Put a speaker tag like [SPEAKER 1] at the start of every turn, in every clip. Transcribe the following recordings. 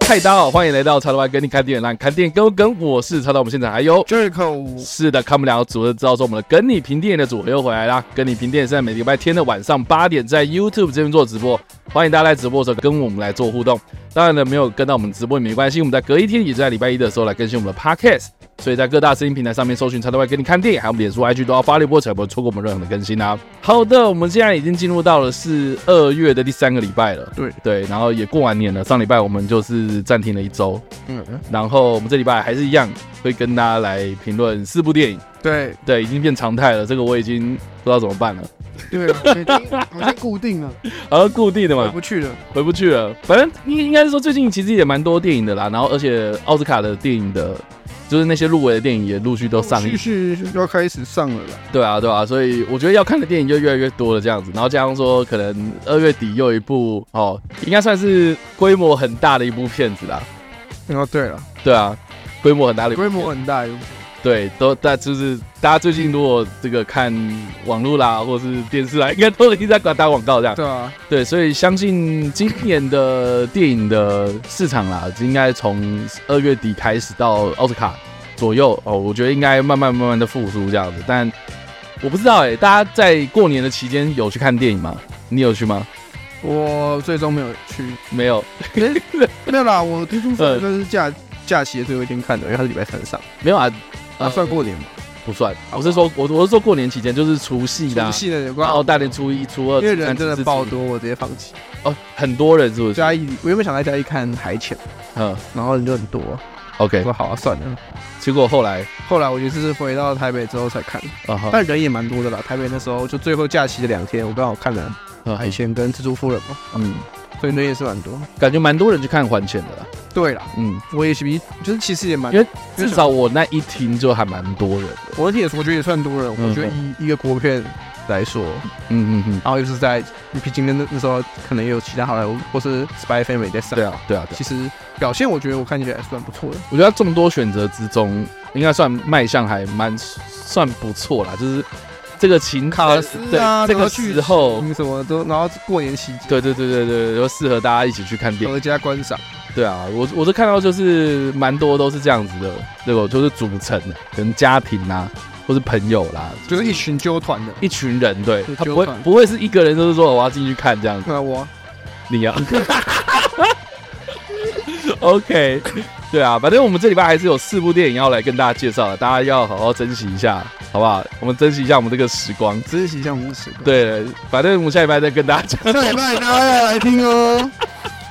[SPEAKER 1] 菜刀，欢迎来到超老板跟你看电影，让你看电影更跟。我是超老，我们现场还有
[SPEAKER 2] Jericho，
[SPEAKER 1] 是的，看不了组合知道说我们的跟你评电影的组合又回来啦。跟你评电影是在每个礼拜天的晚上八点在 YouTube 这边做直播，欢迎大家来直播的时候跟我们来做互动。当然了，没有跟到我们直播也没关系，我们在隔一天，也就在礼拜一的时候来更新我们的 Podcast。所以在各大声音平台上面搜寻“超台外”，给你看电影，还有我们脸书、IG 都要发立波，才不会错过我们任何的更新啦、好的，我们现在已经进入到了是二月的第三个礼拜了，
[SPEAKER 2] 对
[SPEAKER 1] 对，然后也过完年了，上礼拜我们就是暂停了一周，
[SPEAKER 2] 嗯，
[SPEAKER 1] 然后我们这礼拜还是一样会跟大家来评论四部电影，
[SPEAKER 2] 对
[SPEAKER 1] 对，已经变常态了，这个我已经不知道怎么办了，
[SPEAKER 2] 对，已经好像固 定了，
[SPEAKER 1] 好像固定的
[SPEAKER 2] 回
[SPEAKER 1] 嘛，
[SPEAKER 2] 不去了。
[SPEAKER 1] 回不去了。反正应应该是说最近其实也蛮多电影的啦，然后而且奥斯卡的电影的，就是那些入围的电影也陆续都上映
[SPEAKER 2] 陆，续是要开始上了啦。
[SPEAKER 1] 对啊对啊，所以我觉得要看的电影就越来越多了这样子，然后加上说可能二月底又有一部哦，应该算是规模很大的一部片子啦，
[SPEAKER 2] 然后哦对了，
[SPEAKER 1] 对啊，规模很大的一部
[SPEAKER 2] 规模很大，
[SPEAKER 1] 对，都大就是大家最近如果这个看网络啦，或是电视啦，应该都已经在打打广 告这样。
[SPEAKER 2] 对啊，
[SPEAKER 1] 对，所以相信今年的电影的市场啦，应该从二月底开始到奥斯卡左右哦，我觉得应该慢慢慢慢的复苏这样子。但我不知道哎、大家在过年的期间有去看电影吗？你有去吗？
[SPEAKER 2] 我最终没有去，
[SPEAKER 1] 没有，
[SPEAKER 2] 没有啦，我听说
[SPEAKER 1] 呃
[SPEAKER 2] 那是假假期的最后一天看的，因为它是礼拜三上，
[SPEAKER 1] 没有啊，
[SPEAKER 2] 啊，算过年嘛，
[SPEAKER 1] 不算？我是说，我我是说过年期间就是啊哦除夕啦
[SPEAKER 2] 除，夕的有关
[SPEAKER 1] 然后大年初一、初二，
[SPEAKER 2] 因为人真的
[SPEAKER 1] 初三
[SPEAKER 2] 爆
[SPEAKER 1] 初四
[SPEAKER 2] 多，我直接放弃。
[SPEAKER 1] 哦，很多人是不是？
[SPEAKER 2] 嘉义，我原本想在嘉义看海潜，
[SPEAKER 1] 嗯
[SPEAKER 2] 然后人就很多，
[SPEAKER 1] ，OK
[SPEAKER 2] 我。说好啊，算
[SPEAKER 1] 嗯
[SPEAKER 2] 了。
[SPEAKER 1] 结果后来，
[SPEAKER 2] 后来我就是回到台北之后才看，
[SPEAKER 1] 啊哈，
[SPEAKER 2] 但人也蛮多的啦。台北那时候就最后假期的两天，我刚好看了
[SPEAKER 1] 嗯
[SPEAKER 2] 海鲜跟蜘蛛夫人嘛，
[SPEAKER 1] 嗯，
[SPEAKER 2] 所以人也是蛮多。
[SPEAKER 1] 感觉蛮多人去看还钱的啦，
[SPEAKER 2] 对啦，
[SPEAKER 1] 嗯，
[SPEAKER 2] 我也是比就是其实也蛮
[SPEAKER 1] 因，为至少我那一听就还蛮多人的，
[SPEAKER 2] 我的也我觉得也算多人。
[SPEAKER 1] 嗯
[SPEAKER 2] 我觉得一一个国片来说，
[SPEAKER 1] 嗯嗯嗯，
[SPEAKER 2] 然后又是在毕竟那那时候可能也有其他好莱坞或是 Spy Family 在上
[SPEAKER 1] 对，啊，对啊，对啊
[SPEAKER 2] 其实表现我觉得我看起来算不错的。
[SPEAKER 1] 我觉得众多选择之中，应该算卖相还蛮算不错啦，就是这个情况，啊
[SPEAKER 2] 啊
[SPEAKER 1] 对这个时候，
[SPEAKER 2] 你什么都，然后过年期间
[SPEAKER 1] 对对对对对，就适合大家一起去看电影。
[SPEAKER 2] 合家观赏，
[SPEAKER 1] 对啊，我我是看到就是蛮多都是这样子的，这个就是组成的，可能家庭啦、或是朋友啦，
[SPEAKER 2] 就是一群纠团的。
[SPEAKER 1] 一群人，对
[SPEAKER 2] 对
[SPEAKER 1] 他不
[SPEAKER 2] 纠
[SPEAKER 1] 会
[SPEAKER 2] 团
[SPEAKER 1] 不会是一个人，就是说我要进去看这样子。
[SPEAKER 2] 那我
[SPEAKER 1] 你啊 ，OK，对啊，反正我们这礼拜还是有四部电影要来跟大家介绍的，大家要好好珍惜一下，好不好？我们珍惜一下我们这个时光。
[SPEAKER 2] 珍惜一下我们的时光。
[SPEAKER 1] 对，反正我们下礼拜再跟大家讲。
[SPEAKER 2] 下礼拜大家要来听哦。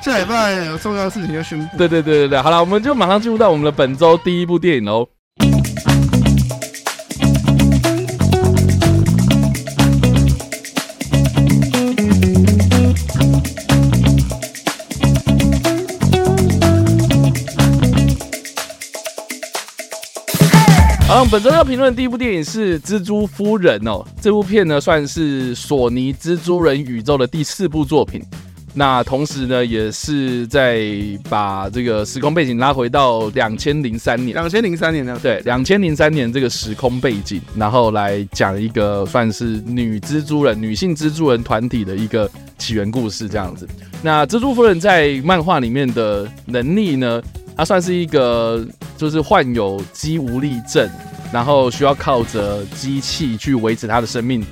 [SPEAKER 2] 下礼拜有重要的事情要宣布。
[SPEAKER 1] 对对对对对，好了，我们就马上进入到我们的本周第一部电影喽。好，我们本周要评论的第一部电影是《蜘蛛夫人》哦。这部片呢，算是索尼蜘蛛人宇宙的第四部作品。那同时呢，也是在把这个时空背景拉回到两千零三年，
[SPEAKER 2] 两千零三年的，
[SPEAKER 1] 对，两千零三年这个时空背景，然后来讲一个算是女蜘蛛人、女性蜘蛛人团体的一个起源故事这样子。那蜘蛛夫人在漫画里面的能力呢，她算是一个就是患有肌无力症，然后需要靠着机器去维持她的生命。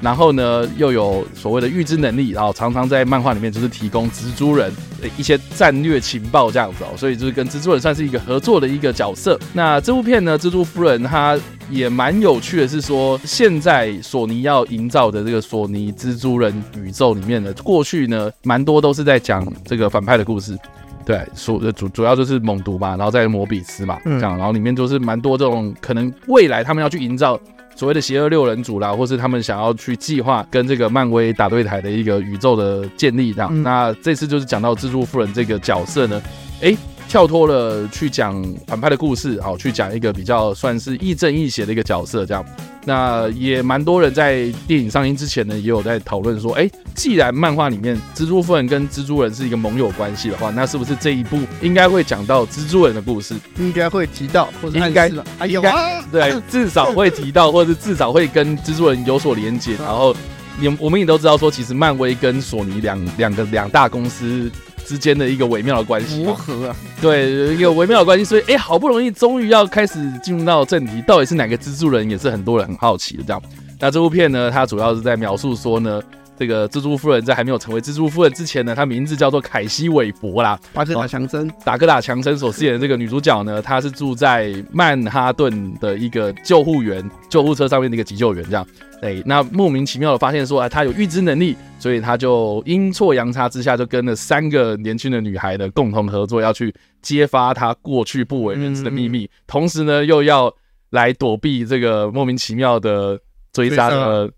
[SPEAKER 1] 然后呢，又有所谓的预知能力，然后常常在漫画里面就是提供蜘蛛人一些战略情报这样子哦，所以就是跟蜘蛛人算是一个合作的一个角色。那这部片呢，《蜘蛛夫人》她也蛮有趣的，是说现在索尼要营造的这个索尼蜘蛛人宇宙里面的，过去呢蛮多都是在讲这个反派的故事。对，主主主要就是猛毒嘛，然后再摩比斯嘛，
[SPEAKER 2] 嗯
[SPEAKER 1] 这样，然后里面就是蛮多这种可能未来他们要去营造所谓的邪恶六人组啦，或是他们想要去计划跟这个漫威打对台的一个宇宙的建立这样。
[SPEAKER 2] 嗯
[SPEAKER 1] 那这次就是讲到蜘蛛夫人这个角色呢，诶，跳脱了去讲反派的故事，好去讲一个比较算是亦正亦邪的一个角色这样。那也蛮多人在电影上映之前呢，也有在讨论说，诶，既然漫画里面蜘蛛夫人跟蜘蛛人是一个盟友关系的话，那是不是这一部应该会讲到蜘蛛人的故事？
[SPEAKER 2] 应该会提到或者
[SPEAKER 1] 应该
[SPEAKER 2] 暗示吧。哎有啊，
[SPEAKER 1] 对，至少会提到，或者是至少会跟蜘蛛人有所连接。然后，你我们也都知道说，其实漫威跟索尼两两个两大公司之间的一个微妙的关系
[SPEAKER 2] 磨
[SPEAKER 1] 嘛，
[SPEAKER 2] 合啊，
[SPEAKER 1] 对，一个微妙的关系。所以，哎、好不容易终于要开始进入到正题，到底是哪个蜘蛛人，也是很多人很好奇的这样。那这部片呢，它主要是在描述说呢，这个蜘蛛夫人在还没有成为蜘蛛夫人之前呢，她名字叫做凯西·韦伯啦。
[SPEAKER 2] 巴克打强针，
[SPEAKER 1] 达科达·强森所饰演的这个女主角呢，她是住在曼哈顿的一个救护员救护车上面的一个急救员，这样。哎，那莫名其妙的发现说，啊，她有预知能力，所以她就阴错阳差之下，就跟了三个年轻的女孩呢共同合作，要去揭发她过去不为人知的秘密，同时呢又要来躲避这个莫名其妙的追杀的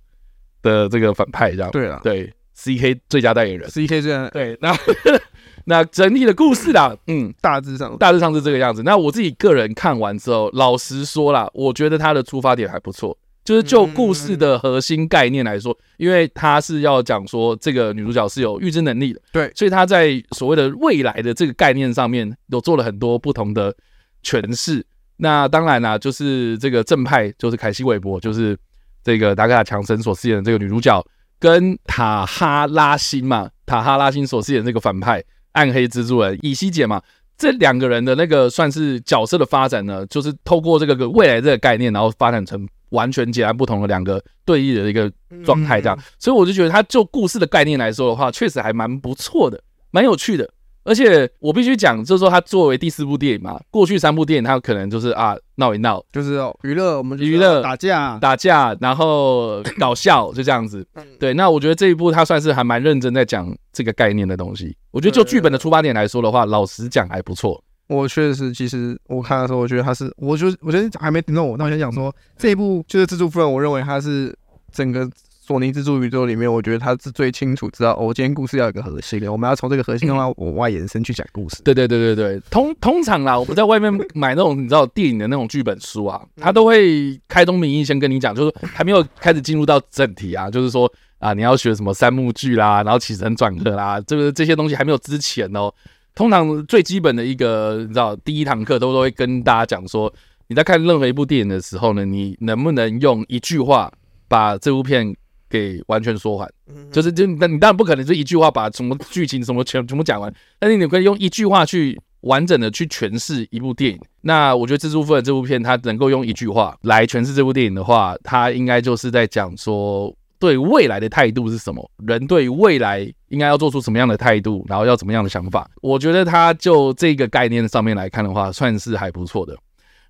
[SPEAKER 1] 的这个反派，这样。
[SPEAKER 2] 对啊了
[SPEAKER 1] 对，C.K. 最佳代言人。
[SPEAKER 2] ，C K 虽然
[SPEAKER 1] 对，那 那整体的故事啦，嗯，
[SPEAKER 2] 大致上
[SPEAKER 1] 大致上是这个样子。那我自己个人看完之后，老实说啦，我觉得它的出发点还不错。就是就故事的核心概念来说，因为它是要讲说这个女主角是有预知能力的，
[SPEAKER 2] 对
[SPEAKER 1] 所以她在所谓的未来的这个概念上面有做了很多不同的诠释。那当然啦、就是这个正派就是凯西·韦伯，就是这个达克塔·强森所饰演的这个女主角，跟塔哈拉辛嘛，塔哈拉辛所饰演的这个反派暗黑蜘蛛人乙希姐嘛，这两个人的那个算是角色的发展呢，就是透过这个未来这个概念，然后发展成完全截然不同的两个对立的一个状态，这样。所以我就觉得，他就故事的概念来说的话，确实还蛮不错的，蛮有趣的。而且我必须讲，就是说，他作为第四部电影嘛，过去三部电影他可能就是啊闹一闹，
[SPEAKER 2] 就是哦娱乐，我们就是
[SPEAKER 1] 娱乐
[SPEAKER 2] 打架，啊
[SPEAKER 1] 打架，然后搞笑，就这样子
[SPEAKER 2] 嗯。
[SPEAKER 1] 对，那我觉得这一部他算是还蛮认真在讲这个概念的东西。我觉得就剧本的出发点来说的话，老实讲还不错。
[SPEAKER 2] 我确实，其实我看的时候，我觉得他是，我就我觉得还没顶到我。那我先讲说，这一部就是《蜘蛛夫人》，我认为它是整个索尼蜘蛛宇宙里面，我觉得它是最清楚知道，哦，今天故事要有一个核心的，我们要从这个核心的话往外延伸去讲故事。
[SPEAKER 1] 对对对对对，通通常啦，我们在外面买那种你知道电影的那种剧本书啊，他都会开宗明义先跟你讲，就是还没有开始进入到正题啊，就是说啊，你要学什么三幕剧啦，然后起承转合啦，这个这些东西还没有之前哦，通常最基本的一个你知道第一堂课都都会跟大家讲说，你在看任何一部电影的时候呢，你能不能用一句话把这部片给完全说完？就是就你当你当然不可能就一句话把什么剧情什么全全部讲完，但是你可以用一句话去完整的去诠释一部电影。那我觉得《蜘蛛夫人》这部片，它能够用一句话来诠释这部电影的话，它应该就是在讲说对未来的态度是什么，人对未来应该要做出什么样的态度，然后要怎么样的想法。我觉得它就这个概念上面来看的话，算是还不错的。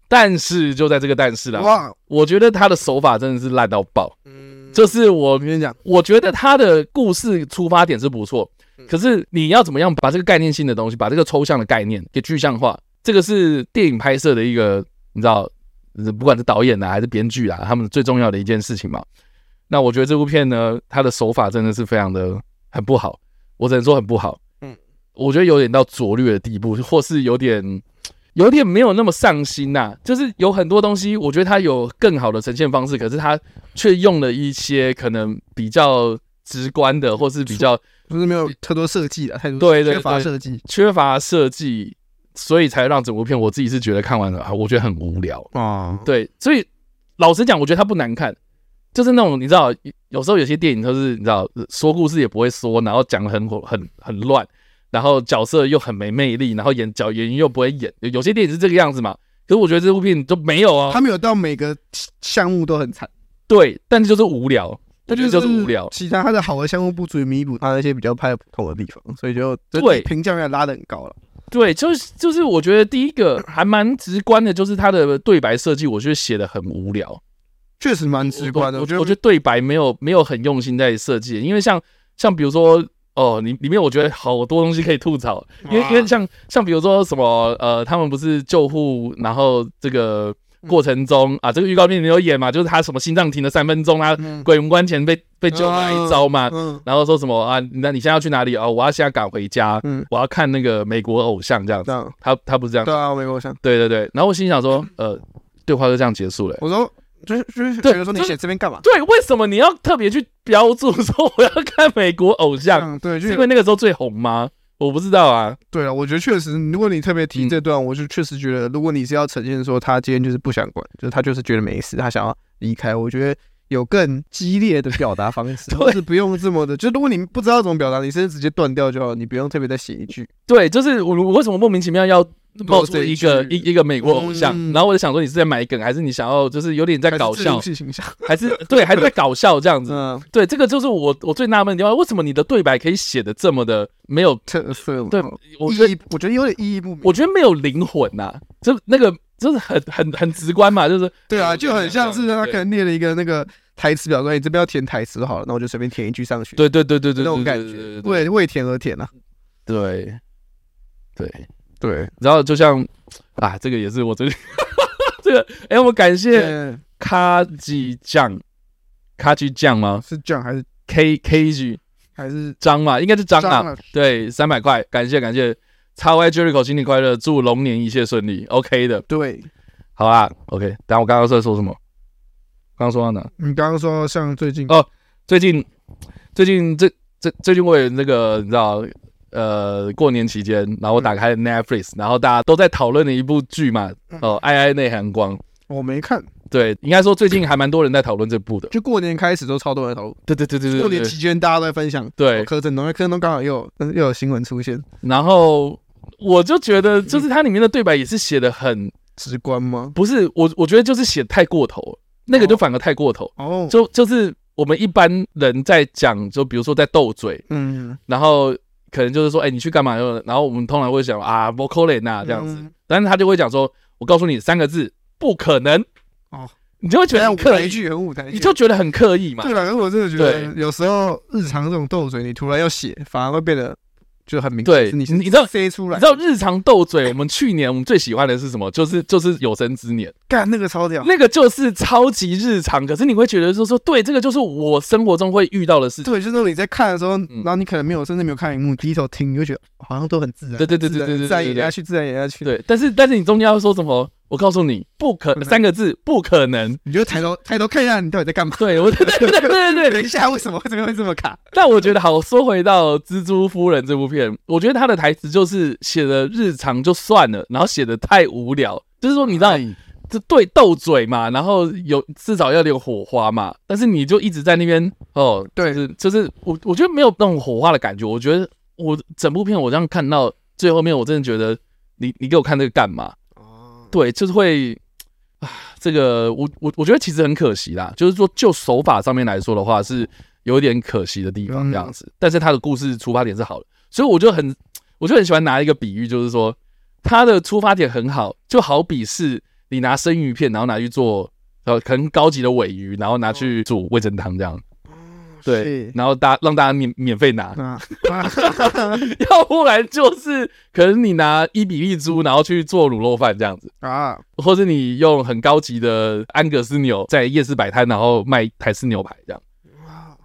[SPEAKER 1] 但是就在这个但是啦，
[SPEAKER 2] 哇，
[SPEAKER 1] 我觉得他的手法真的是烂到爆，
[SPEAKER 2] 嗯，
[SPEAKER 1] 就是我
[SPEAKER 2] 我跟你讲，
[SPEAKER 1] 我觉得他的故事出发点是不错，可是你要怎么样把这个概念性的东西，把这个抽象的概念给具象化，这个是电影拍摄的一个，你知道，呃不管是导演啊还是编剧啊，他们最重要的一件事情嘛。那我觉得这部片呢，它的手法真的是非常的很不好，我只能说很不好。嗯
[SPEAKER 2] 嗯，
[SPEAKER 1] 我觉得有点到拙劣的地步，或是有点有点没有那么上心呐、就是有很多东西，我觉得它有更好的呈现方式，可是它却用了一些可能比较直观的，或是比较
[SPEAKER 2] 就是没有太多设计的，太多
[SPEAKER 1] 对对
[SPEAKER 2] 缺乏
[SPEAKER 1] 对
[SPEAKER 2] 设计
[SPEAKER 1] 缺乏设计，所以才让整部片我自己是觉得看完了啊，我觉得很无聊。
[SPEAKER 2] 啊，
[SPEAKER 1] 对，所以老实讲，我觉得它不难看，就是那种你知道，有时候有些电影就是你知道呃说故事也不会说，然后讲的很很很乱，然后角色又很没魅力，然后演角演员又不会演，有有些电影是这个样子嘛。可是我觉得这部片就没有哦，
[SPEAKER 2] 他们有到每个项目都很惨，
[SPEAKER 1] 对，但是就是无聊，
[SPEAKER 2] 那
[SPEAKER 1] 但是就是无聊。
[SPEAKER 2] 其他他的好的项目不足以弥补他那些比较拍得普通的地方，所以就就
[SPEAKER 1] 对
[SPEAKER 2] 评价也拉得很高了。
[SPEAKER 1] 对，就是就是，我觉得第一个还蛮直观的，就是它的对白设计，我觉得写的很无聊。
[SPEAKER 2] 确实蛮直观的，
[SPEAKER 1] 我
[SPEAKER 2] 觉
[SPEAKER 1] 我
[SPEAKER 2] 得
[SPEAKER 1] 觉得对白没有没有很用心在设计，因为像像比如说哦，里里面我觉得好多东西可以吐槽，因为
[SPEAKER 2] 哇
[SPEAKER 1] 因为像像比如说什么呃，他们不是救护，然后这个过程中啊，这个预告片里面有演嘛，就是他什么心脏停了三分钟啊，
[SPEAKER 2] 嗯
[SPEAKER 1] 鬼门关前被被救那一招嘛，
[SPEAKER 2] 嗯
[SPEAKER 1] 然后说什么啊，那你现在要去哪里哦？我要现在赶回家，
[SPEAKER 2] 嗯，
[SPEAKER 1] 我要看那个美国偶像这样
[SPEAKER 2] 这
[SPEAKER 1] 子，
[SPEAKER 2] 样
[SPEAKER 1] 他他不是这样，
[SPEAKER 2] 对啊，美国像。
[SPEAKER 1] 对对对，然后我心想说，呃，对话就这样结束了、
[SPEAKER 2] 我说，就是就是
[SPEAKER 1] 对
[SPEAKER 2] 觉得说你
[SPEAKER 1] 就是
[SPEAKER 2] 写这边干嘛？
[SPEAKER 1] 对，为什么你要特别去标注说我要看美国偶像？
[SPEAKER 2] 嗯，对，就是
[SPEAKER 1] 因为那个时候最红吗？我不知道啊。
[SPEAKER 2] 对了，我觉得确实，如果你特别提
[SPEAKER 1] 嗯
[SPEAKER 2] 这段，我就确实觉得，如果你是要呈现说他今天就是不想管，就是他就是觉得没事，他想要离开，我觉得有更激烈的表达方 式，或是不用这么的。就如果你不知道怎么表达，你甚至直接断掉就好，你不用特别再写一句。
[SPEAKER 1] 对，就是我我为什么莫名其妙要冒出
[SPEAKER 2] 这
[SPEAKER 1] 一
[SPEAKER 2] 一
[SPEAKER 1] 个
[SPEAKER 2] 句
[SPEAKER 1] 一一个美国偶像？
[SPEAKER 2] 嗯
[SPEAKER 1] 然后我就想说，你是在买梗，还是你想要就是有点在搞笑，
[SPEAKER 2] 是 形象。
[SPEAKER 1] 还是对，还是在搞笑这样子？
[SPEAKER 2] 嗯，
[SPEAKER 1] 对，这个就是我我最纳闷的地方，为什么你的对白可以写的这么的没有？
[SPEAKER 2] 特色嘛哦
[SPEAKER 1] 对，我觉得
[SPEAKER 2] 意义，我觉得有点意义不明。
[SPEAKER 1] 我觉得没有灵魂呐、就那个就是很很很直观嘛，就是
[SPEAKER 2] 对啊，就很像是他
[SPEAKER 1] 对
[SPEAKER 2] 可能列了一个那个台词表，说哎你这边要填台词就好了，那我就随便填一句上去，
[SPEAKER 1] 对对对对对
[SPEAKER 2] 那种
[SPEAKER 1] 对
[SPEAKER 2] 感
[SPEAKER 1] 对
[SPEAKER 2] 觉，
[SPEAKER 1] 对对
[SPEAKER 2] 为为填而填啊。
[SPEAKER 1] 对对，
[SPEAKER 2] 对，
[SPEAKER 1] 然后就像啊，这个也是我最近这个哎，我们感谢
[SPEAKER 2] 嗯
[SPEAKER 1] 卡吉酱，卡吉酱吗
[SPEAKER 2] 是这样还是
[SPEAKER 1] ？K K G
[SPEAKER 2] 还是
[SPEAKER 1] 张嘛，应该是张啊，
[SPEAKER 2] 了？
[SPEAKER 1] 对，三百块，感谢感谢。叉 Y Jericho，新年快乐，祝龙年一切顺利，OK 的，
[SPEAKER 2] 对，
[SPEAKER 1] 好啦，OK。等一下我刚刚在说什么？刚刚说到哪？
[SPEAKER 2] 你刚刚说像最近
[SPEAKER 1] 哦最近最近这这最近我有那个你知道呃过年期间，然后我打开了 Netflix，然后大家都在讨论的一部剧嘛，哦，《爱爱内涵光》。
[SPEAKER 2] 我没看，
[SPEAKER 1] 对，应该说最近还蛮多人在讨论这部的。
[SPEAKER 2] 就过年开始都超多人讨论，
[SPEAKER 1] 对对对对对
[SPEAKER 2] 过
[SPEAKER 1] 对
[SPEAKER 2] 年期间大家都在分享
[SPEAKER 1] 对，
[SPEAKER 2] 柯震东，因哎为柯震东刚好又有又有新闻出现，
[SPEAKER 1] 然后我就觉得，就是它里面的对白也是写的很，
[SPEAKER 2] 直观吗？
[SPEAKER 1] 不是我，我觉得就是写得太过头了，那个就
[SPEAKER 2] 哦
[SPEAKER 1] 反而太过头，
[SPEAKER 2] 哦，
[SPEAKER 1] 就就是我们一般人在讲，就比如说在斗嘴，
[SPEAKER 2] 嗯，
[SPEAKER 1] 然后可能就是说，哎、你去干嘛了？然后我们通常会想啊 v o c a l i n 啊这样子，
[SPEAKER 2] 嗯
[SPEAKER 1] 但是他就会讲说，我告诉你三个字，不可能
[SPEAKER 2] 哦，
[SPEAKER 1] 你就会觉
[SPEAKER 2] 虽
[SPEAKER 1] 得
[SPEAKER 2] 然
[SPEAKER 1] 很
[SPEAKER 2] 舞
[SPEAKER 1] 刻
[SPEAKER 2] 台
[SPEAKER 1] 意，
[SPEAKER 2] 剧很舞台剧，
[SPEAKER 1] 你就觉得很刻意嘛。
[SPEAKER 2] 对了，可是我真的觉得
[SPEAKER 1] 对
[SPEAKER 2] 有时候日常这种斗嘴，你突然要写，反而会变得就很明显，
[SPEAKER 1] 对
[SPEAKER 2] 是你是
[SPEAKER 1] 你知道
[SPEAKER 2] 塞出
[SPEAKER 1] 你
[SPEAKER 2] 来
[SPEAKER 1] 知，道日常斗嘴，我们去年我们最喜欢的是什么？就是就是有生之年，
[SPEAKER 2] 干那个超屌，
[SPEAKER 1] 那个就是超级日常。可是你会觉得说说，对，这个就是我生活中会遇到的事情。
[SPEAKER 2] 对，就是你在看的时候，然后你可能没有甚至没有看荧幕，低头听，你就觉得好像都很自然，
[SPEAKER 1] 对对对对对对对
[SPEAKER 2] 自然
[SPEAKER 1] 对
[SPEAKER 2] 演
[SPEAKER 1] 对
[SPEAKER 2] 下去，自然演下去，，
[SPEAKER 1] 对，但是但是你中间要说什么？我告诉你，不可
[SPEAKER 2] 不可能
[SPEAKER 1] 三个字，不可能。
[SPEAKER 2] 你就抬头抬头看一下你到底在干嘛。
[SPEAKER 1] 对，我 对对对对对，
[SPEAKER 2] 等一下，为什么为什么会这么卡？
[SPEAKER 1] 但我觉得好，说回到《蜘蛛夫人》这部片，我觉得他的台词就是写的日常就算了，然后写的太无聊，就是说你知道，这对斗嘴嘛，然后有至少要有火花嘛，但是你就一直在那边哦，
[SPEAKER 2] 对
[SPEAKER 1] 就是就是我我觉得没有那种火花的感觉。我觉得我整部片我这样看到最后面，我真的觉得你你给我看这个干嘛？
[SPEAKER 2] 哦
[SPEAKER 1] 对，就是会啊，这个我我我觉得其实很可惜啦，就是说就手法上面来说的话是有一点可惜的地方
[SPEAKER 2] 嗯
[SPEAKER 1] 这样子，但是他的故事出发点是好的，所以我就很我就很喜欢拿一个比喻，就是说他的出发点很好，就好比是你拿生鱼片，然后拿去做呃可能高级的尾鱼，然后拿去煮味噌汤这样，对
[SPEAKER 2] 嗯哦是，
[SPEAKER 1] 然后大家让大家免免费 拿，
[SPEAKER 2] 啊，
[SPEAKER 1] 要不然就是可能你拿伊比利猪，然后去做卤肉饭这样子。
[SPEAKER 2] 啊，
[SPEAKER 1] 或是你用很高级的安格斯牛在夜市摆摊，然后卖台式牛排这样。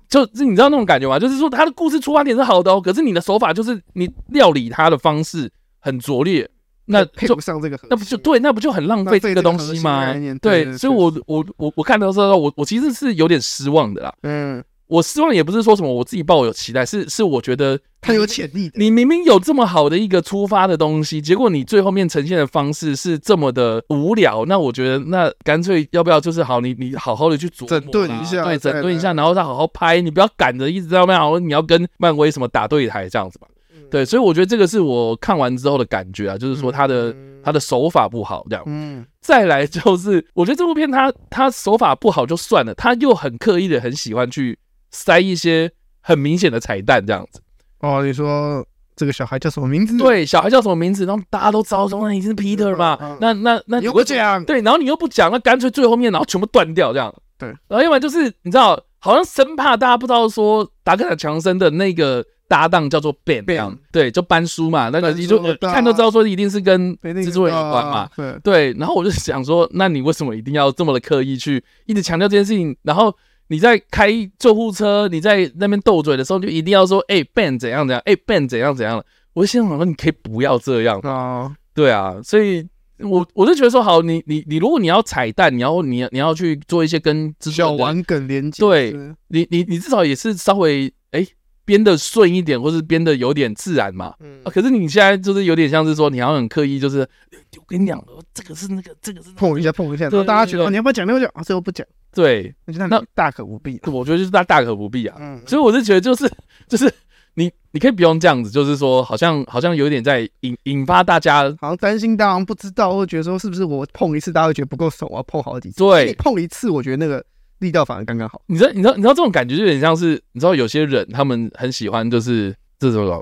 [SPEAKER 1] 就是你知道那种感觉吗？就是说他的故事出发点是好的哦，可是你的手法就是你料理它的方式很拙劣，那
[SPEAKER 2] 配
[SPEAKER 1] 就
[SPEAKER 2] 不上这个核心，
[SPEAKER 1] 那不就对，那不就很浪
[SPEAKER 2] 浪
[SPEAKER 1] 费
[SPEAKER 2] 费
[SPEAKER 1] 这
[SPEAKER 2] 这
[SPEAKER 1] 个
[SPEAKER 2] 个
[SPEAKER 1] 东
[SPEAKER 2] 核
[SPEAKER 1] 西
[SPEAKER 2] 心
[SPEAKER 1] 吗
[SPEAKER 2] 概念？对
[SPEAKER 1] 对，
[SPEAKER 2] 对
[SPEAKER 1] 所以
[SPEAKER 2] 对
[SPEAKER 1] 我我我我看到的时候，我我其实是有点失望的啦。
[SPEAKER 2] 嗯，
[SPEAKER 1] 我失望也不是说什么我自己抱有期待，是是我觉得
[SPEAKER 2] 它有潜力的，
[SPEAKER 1] 你明明有这么好的一个出发的东西，结果你最后面呈现的方式是这么的无聊，那我觉得那干脆要不要就是好，你你好好的去琢磨啦
[SPEAKER 2] 整顿一
[SPEAKER 1] 对，
[SPEAKER 2] 下再来
[SPEAKER 1] 整顿一下，然后再好好拍，你不要赶着一直在那边好像你要跟漫威什么打对台这样子吧。对，所以我觉得这个是我看完之后的感觉啊，就是说他的、他的手法不好这样。
[SPEAKER 2] 嗯，
[SPEAKER 1] 再来就是，我觉得这部片它它手法不好就算了，它又很刻意的很喜欢去塞一些很明显的彩蛋这样子。
[SPEAKER 2] 哦，你说这个小孩叫什么名字？，
[SPEAKER 1] 对，小孩叫什么名字，然后大家都知道说那一定是 Peter 嘛，
[SPEAKER 2] 嗯嗯
[SPEAKER 1] 那那那
[SPEAKER 2] 你又不讲，
[SPEAKER 1] 对，然后你又不讲，那干脆最后面然后全部断掉这样，
[SPEAKER 2] 对
[SPEAKER 1] 然后要不然就是你知道，好像生怕大家不知道说达克塔强森的那个搭档叫做 Ben，, 这样
[SPEAKER 2] Ben
[SPEAKER 1] 对，就班叔嘛，那个
[SPEAKER 2] 班
[SPEAKER 1] 你就
[SPEAKER 2] 叔对啊
[SPEAKER 1] 看都知道说一定是跟
[SPEAKER 2] 对那个
[SPEAKER 1] 蜘蛛人有关嘛
[SPEAKER 2] 啊，对，
[SPEAKER 1] 对，然后我就想说，那你为什么一定要这么的刻意去一直强调这件事情？然后你在开救护车，你在那边斗嘴的时候，就一定要说，哎、Ben 怎样怎样，哎、Ben 怎样怎样了。我就心想说，你可以不要这样，
[SPEAKER 2] 哦，
[SPEAKER 1] 对啊，所以我我就觉得说，好，你你你，如果你要彩蛋，你要你要你要去做一些跟之
[SPEAKER 2] 小，玩梗连接，
[SPEAKER 1] 对
[SPEAKER 2] 是
[SPEAKER 1] 你你你至少也是稍微哎编的顺一点，或是编的有点自然嘛。
[SPEAKER 2] 嗯
[SPEAKER 1] 啊，可是你现在就是有点像是说，你要很刻意，就是呃我跟你讲，呃这个是那个，这个是那个
[SPEAKER 2] 碰一下碰一下，
[SPEAKER 1] 对
[SPEAKER 2] 然后大家
[SPEAKER 1] 对
[SPEAKER 2] 觉得
[SPEAKER 1] 对
[SPEAKER 2] 哦你要不要讲那个讲，啊最后不讲，
[SPEAKER 1] 对，
[SPEAKER 2] 那就那
[SPEAKER 1] 那
[SPEAKER 2] 你大可不必了。
[SPEAKER 1] 我觉得就是大大可不必啊。
[SPEAKER 2] 嗯，
[SPEAKER 1] 所以我是觉得就是就是你你可以不用这样子，就是说好像好像有点在引引发大家
[SPEAKER 2] 好像担心大家不知道，或者觉得说是不是我碰一次大家会觉得不够熟，我要碰好几次。
[SPEAKER 1] 对
[SPEAKER 2] 你碰一次，我觉得那个力道反而刚刚好。
[SPEAKER 1] 你知道，你知道，你知道这种感觉就有点像是，你知道有些人他们很喜欢就是这种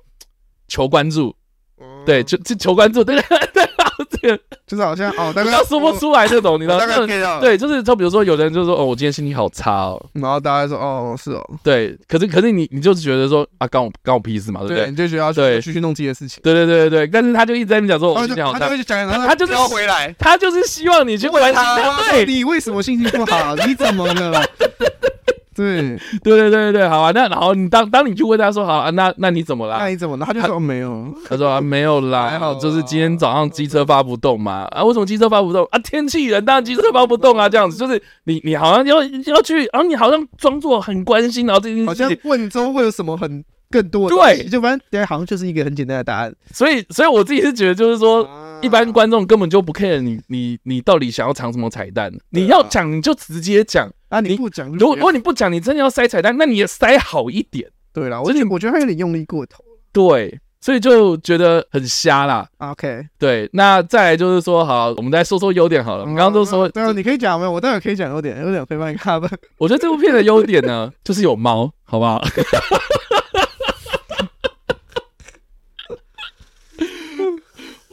[SPEAKER 1] 求关注，对，就就求关注，对对对，这个
[SPEAKER 2] 就是好像哦， 大
[SPEAKER 1] 不
[SPEAKER 2] 概
[SPEAKER 1] 要说不出来这种，你知道，
[SPEAKER 2] 大概
[SPEAKER 1] 这种
[SPEAKER 2] get 到了，
[SPEAKER 1] 对，就是就比如说有的人就说哦，我今天心情好差哦，
[SPEAKER 2] 然后大家说哦是哦，
[SPEAKER 1] 对，可是可是你你就是觉得说啊，干我干我屁事嘛，对不
[SPEAKER 2] 对，
[SPEAKER 1] 对？
[SPEAKER 2] 你就觉得要
[SPEAKER 1] 对
[SPEAKER 2] 去去去弄自己的事情，
[SPEAKER 1] 对对对对对，但是他就一直在那边讲说，
[SPEAKER 2] 然
[SPEAKER 1] 我
[SPEAKER 2] 后
[SPEAKER 1] 心
[SPEAKER 2] 就
[SPEAKER 1] 情好
[SPEAKER 2] 他就
[SPEAKER 1] 差，
[SPEAKER 2] 会去讲一讲，然后
[SPEAKER 1] 他就是
[SPEAKER 2] 飙回来，
[SPEAKER 1] 他就是希望你去关心他， 对，
[SPEAKER 2] 你为什么心情不好？你怎么 了？对，
[SPEAKER 1] 对对对对，好啊，那然后你当当你去问他说好啊，那那你怎么啦？
[SPEAKER 2] 那你怎么了？他就说哦没有，
[SPEAKER 1] 他说、啊、没有啦，
[SPEAKER 2] 还好啦
[SPEAKER 1] 就是今天早上机车发不动嘛。啊，为什么机车发不动啊？天气冷，当然机车发不动啊。这样子就是你你好像要要去，然后你好像装作很关心，然后这件
[SPEAKER 2] 好
[SPEAKER 1] 事
[SPEAKER 2] 像
[SPEAKER 1] 情。
[SPEAKER 2] 问中会有什么很更多的
[SPEAKER 1] 对
[SPEAKER 2] 东西就反正对，好像就是一个很简单的答案。
[SPEAKER 1] 所以所以我自己是觉得，就是说，
[SPEAKER 2] 啊
[SPEAKER 1] 哦一般观众根本就不 care 你你你到底想要藏什么彩蛋。你要讲你就直接讲，
[SPEAKER 2] 啊，你
[SPEAKER 1] 你
[SPEAKER 2] 不讲就
[SPEAKER 1] 如果
[SPEAKER 2] 不
[SPEAKER 1] 如
[SPEAKER 2] 要
[SPEAKER 1] 果你不讲，你真的要塞彩蛋，那你也塞好一点。
[SPEAKER 2] 对了，我
[SPEAKER 1] 就是
[SPEAKER 2] 觉得我觉得他有点用力过头。
[SPEAKER 1] 对，所以就觉得很瞎啦。
[SPEAKER 2] 啊 OK，
[SPEAKER 1] 对，那再来就是说，好，我们再说说优点好了。我们刚刚都说，
[SPEAKER 2] 对啊，你可以讲没有？我待会可以讲优点，优点可以帮你 cover。
[SPEAKER 1] 我觉得这部片的优点呢，就是有猫，好不好？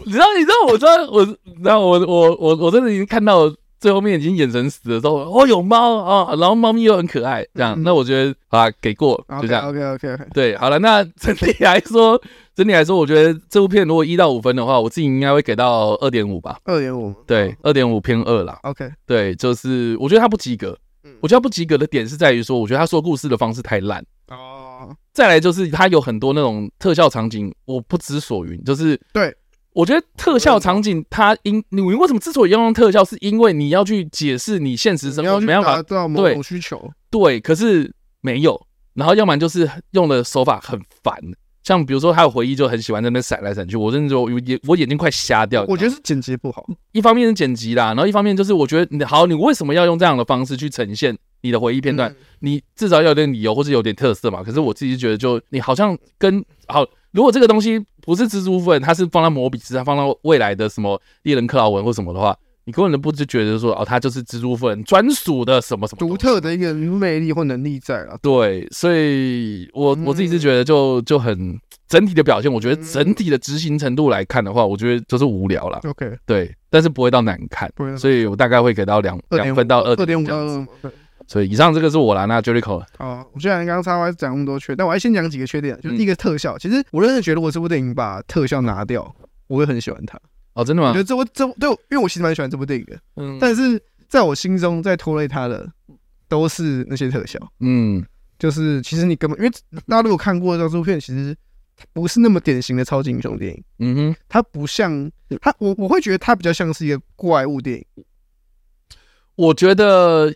[SPEAKER 1] 你知道，你知道，我知道，我，你知道，我，我，我，我真的已经看到最后面已经眼神死的时候，哦，有猫啊、哦，然后猫咪又很可爱，这样，
[SPEAKER 2] 嗯
[SPEAKER 1] 那我觉得啊，给过，就这样。
[SPEAKER 2] OK OK OK，
[SPEAKER 1] 对，好了，那整体来说，整体来说，我觉得这部片如果一到五分的话，我自己应该会给到二点五吧。
[SPEAKER 2] 二点五。
[SPEAKER 1] 对，二点五偏二啦。
[SPEAKER 2] OK，
[SPEAKER 1] 对，就是我觉得他不及格
[SPEAKER 2] 嗯。
[SPEAKER 1] 我觉得他不及格的点是在于说，我觉得他说故事的方式太烂。
[SPEAKER 2] 哦，
[SPEAKER 1] 再来就是他有很多那种特效场景，我不知所云。就是
[SPEAKER 2] 对，
[SPEAKER 1] 我觉得特效场景它因你为什么之所以要用特效，是因为你要去解释你现实生
[SPEAKER 2] 你
[SPEAKER 1] 活
[SPEAKER 2] 要去
[SPEAKER 1] 没办
[SPEAKER 2] 达
[SPEAKER 1] 法
[SPEAKER 2] 到某
[SPEAKER 1] 对
[SPEAKER 2] 种需求。
[SPEAKER 1] 对，可是没有。然后要不然就是用的手法很烦，像比如说他有回忆就很喜欢在那边闪来闪去，我真的就我眼我眼睛快瞎掉。
[SPEAKER 2] 我觉
[SPEAKER 1] 得
[SPEAKER 2] 得是剪辑不好。
[SPEAKER 1] 一方面是剪辑啦，然后一方面就是我觉得你好，你为什么要用这样的方式去呈现你的回忆片
[SPEAKER 2] 嗯
[SPEAKER 1] 段？你至少要有点理由或是有点特色嘛。可是我自己觉得就，你好像跟好，如果这个东西不是蜘蛛夫人，它是放到摩比斯，它放到未来的什么猎人克劳文或什么的话，你根本就不知觉得说哦，它就是蜘蛛夫人专属的什么什么东西
[SPEAKER 2] 独特。的一个魅力或能力在了。
[SPEAKER 1] 对，所以我
[SPEAKER 2] 嗯
[SPEAKER 1] 我自己是觉得就就很整体的表现，我觉得整体的执行程度来看的话，我觉得就是无聊啦。
[SPEAKER 2] OK，
[SPEAKER 1] 对，但是不会到难看，
[SPEAKER 2] 不会到
[SPEAKER 1] 所以我大概会给到两两分到二
[SPEAKER 2] 嗯二点五啊
[SPEAKER 1] 这
[SPEAKER 2] 到
[SPEAKER 1] 样子
[SPEAKER 2] 二。对
[SPEAKER 1] 所以以上这个是我啦，那 Jericho
[SPEAKER 2] 好，我虽然刚刚插歪讲那么多缺，但我还先讲几个缺点，
[SPEAKER 1] 嗯
[SPEAKER 2] 就是一个特效。其实我真的觉得，我这部电影把特效拿掉，我会很喜欢它。
[SPEAKER 1] 哦，真的
[SPEAKER 2] 我
[SPEAKER 1] 吗
[SPEAKER 2] 觉？得这部这部对我，因为我其实蛮喜欢这部电影的，
[SPEAKER 1] 嗯
[SPEAKER 2] 但是在我心中，在拖累它的都是那些特效。
[SPEAKER 1] 嗯，
[SPEAKER 2] 就是其实你根本，因为大家如果看过这部片，其实不是那么典型的超级英雄电影，
[SPEAKER 1] 嗯哼，
[SPEAKER 2] 它不像
[SPEAKER 1] 嗯
[SPEAKER 2] 它，我我会觉得它比较像是一个怪物电影。
[SPEAKER 1] 我觉得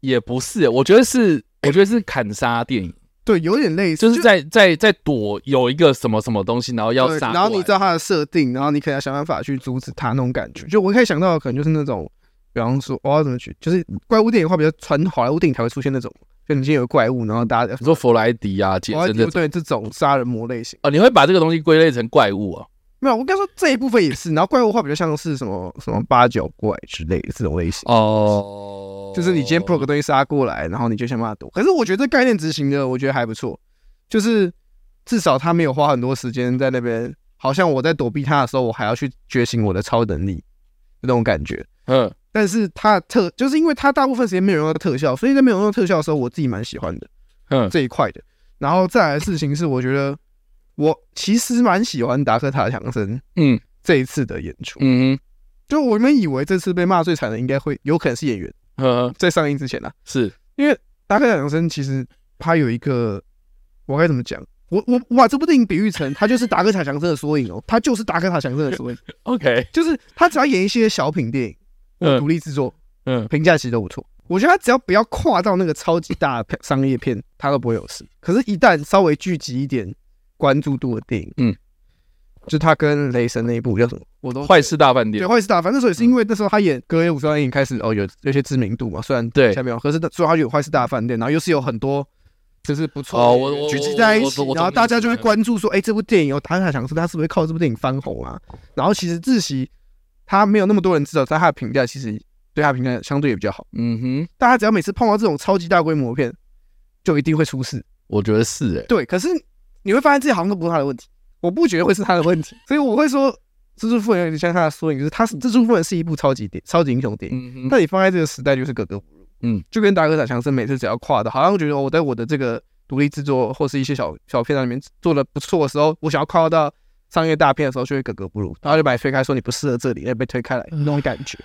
[SPEAKER 1] 也不是，我觉得是，我觉得是砍杀电影，
[SPEAKER 2] 对，有点类似，
[SPEAKER 1] 就是在在在躲有一个什么什么东西，然后要
[SPEAKER 2] 对
[SPEAKER 1] 杀过来，
[SPEAKER 2] 然后你知道它的设定，然后你可能要想办法去阻止它那种感觉。就我可以想到，的可能就是那种，比方说，我、要怎么去，就是怪物电影的话，比较传好莱坞电影才会出现那种，就你今天有个怪物，然后大家
[SPEAKER 1] 你说弗莱迪啊、杰
[SPEAKER 2] 我要
[SPEAKER 1] 森这种，
[SPEAKER 2] 对这种杀人魔类型。
[SPEAKER 1] 哦，你会把这个东西归类成怪物啊？
[SPEAKER 2] 没有，我刚说这一部分也是，然后怪物的话比较像是什么什么八角怪之类的这种类型。
[SPEAKER 1] 哦，
[SPEAKER 2] 就是你今天破个东西杀过来，然后你就想办法躲。可是我觉得这概念执行的，我觉得还不错，就是至少他没有花很多时间在那边，好像我在躲避他的时候，我还要去觉醒我的超能力那种感觉。
[SPEAKER 1] 嗯
[SPEAKER 2] 但是他的特就是因为他大部分时间没有用到特效，所以在没有用到特效的时候，我自己蛮喜欢的
[SPEAKER 1] 嗯
[SPEAKER 2] 这一块的。然后再来的事情是，我觉得我其实蛮喜欢达科塔·强森
[SPEAKER 1] 嗯
[SPEAKER 2] 这一次的演出。
[SPEAKER 1] 嗯
[SPEAKER 2] 就我们以为这次被骂最惨的应该会有可能是演员，
[SPEAKER 1] 哼，嗯，
[SPEAKER 2] 在上映之前啊，
[SPEAKER 1] 是，
[SPEAKER 2] 因为达克两生其实他有一个，我该怎么讲？我我我把这部电影比喻成他就是达克塔强森的缩影哦，他就是达克塔强森的缩影，
[SPEAKER 1] OK，
[SPEAKER 2] 就是他只要演一些小品电影、独
[SPEAKER 1] 嗯
[SPEAKER 2] 立制作，
[SPEAKER 1] 嗯
[SPEAKER 2] 评价其实都不错。我觉得他只要不要跨到那个超级大的商业片，他都不会有事。可是，一旦稍微聚集一点关注度的电影，
[SPEAKER 1] 嗯，
[SPEAKER 2] 就他跟雷神那一部叫什么？我都
[SPEAKER 1] 坏事大饭店
[SPEAKER 2] 对，坏事大反正那时候也
[SPEAKER 1] 嗯
[SPEAKER 2] 是因为那时候他演《格雷五十万英》开始哦，有有些知名度嘛，虽然
[SPEAKER 1] 对
[SPEAKER 2] 下面有，可是那所以他有《坏事大饭店》，然后又是有很多就是不错
[SPEAKER 1] 哦
[SPEAKER 2] 的
[SPEAKER 1] 我我
[SPEAKER 2] 聚集在一
[SPEAKER 1] 我
[SPEAKER 2] 起
[SPEAKER 1] 我我，
[SPEAKER 2] 然后大家就会关注说，哎，这部电影哦，大家想说他是不是靠这部电影翻红啊？然后其实自习他没有那么多人知道，但他的评价其实对他的评价相对也比较好。
[SPEAKER 1] 嗯哼，
[SPEAKER 2] 但他只要每次碰到这种超级大规模的片，就一定会出事。
[SPEAKER 1] 我觉得是哎、
[SPEAKER 2] 对，可是你会发现这些好像都不是他的问题，我不觉得会是他的问题，所以我会说《蜘蛛夫人》有点像他的缩影，就是他是《蜘蛛夫人》是一部超级电超级英雄电影，
[SPEAKER 1] 嗯哼，
[SPEAKER 2] 但你放在这个时代就是格格不入，
[SPEAKER 1] 嗯，
[SPEAKER 2] 就跟达克塔强森每次只要跨的，好像觉得我在我的这个独立制作或是一些小小片段里面做的不错的时候，我想要跨到商业大片的时候就会格格不入，然后就把你推开说你不适合这里，要被推开来那种感觉。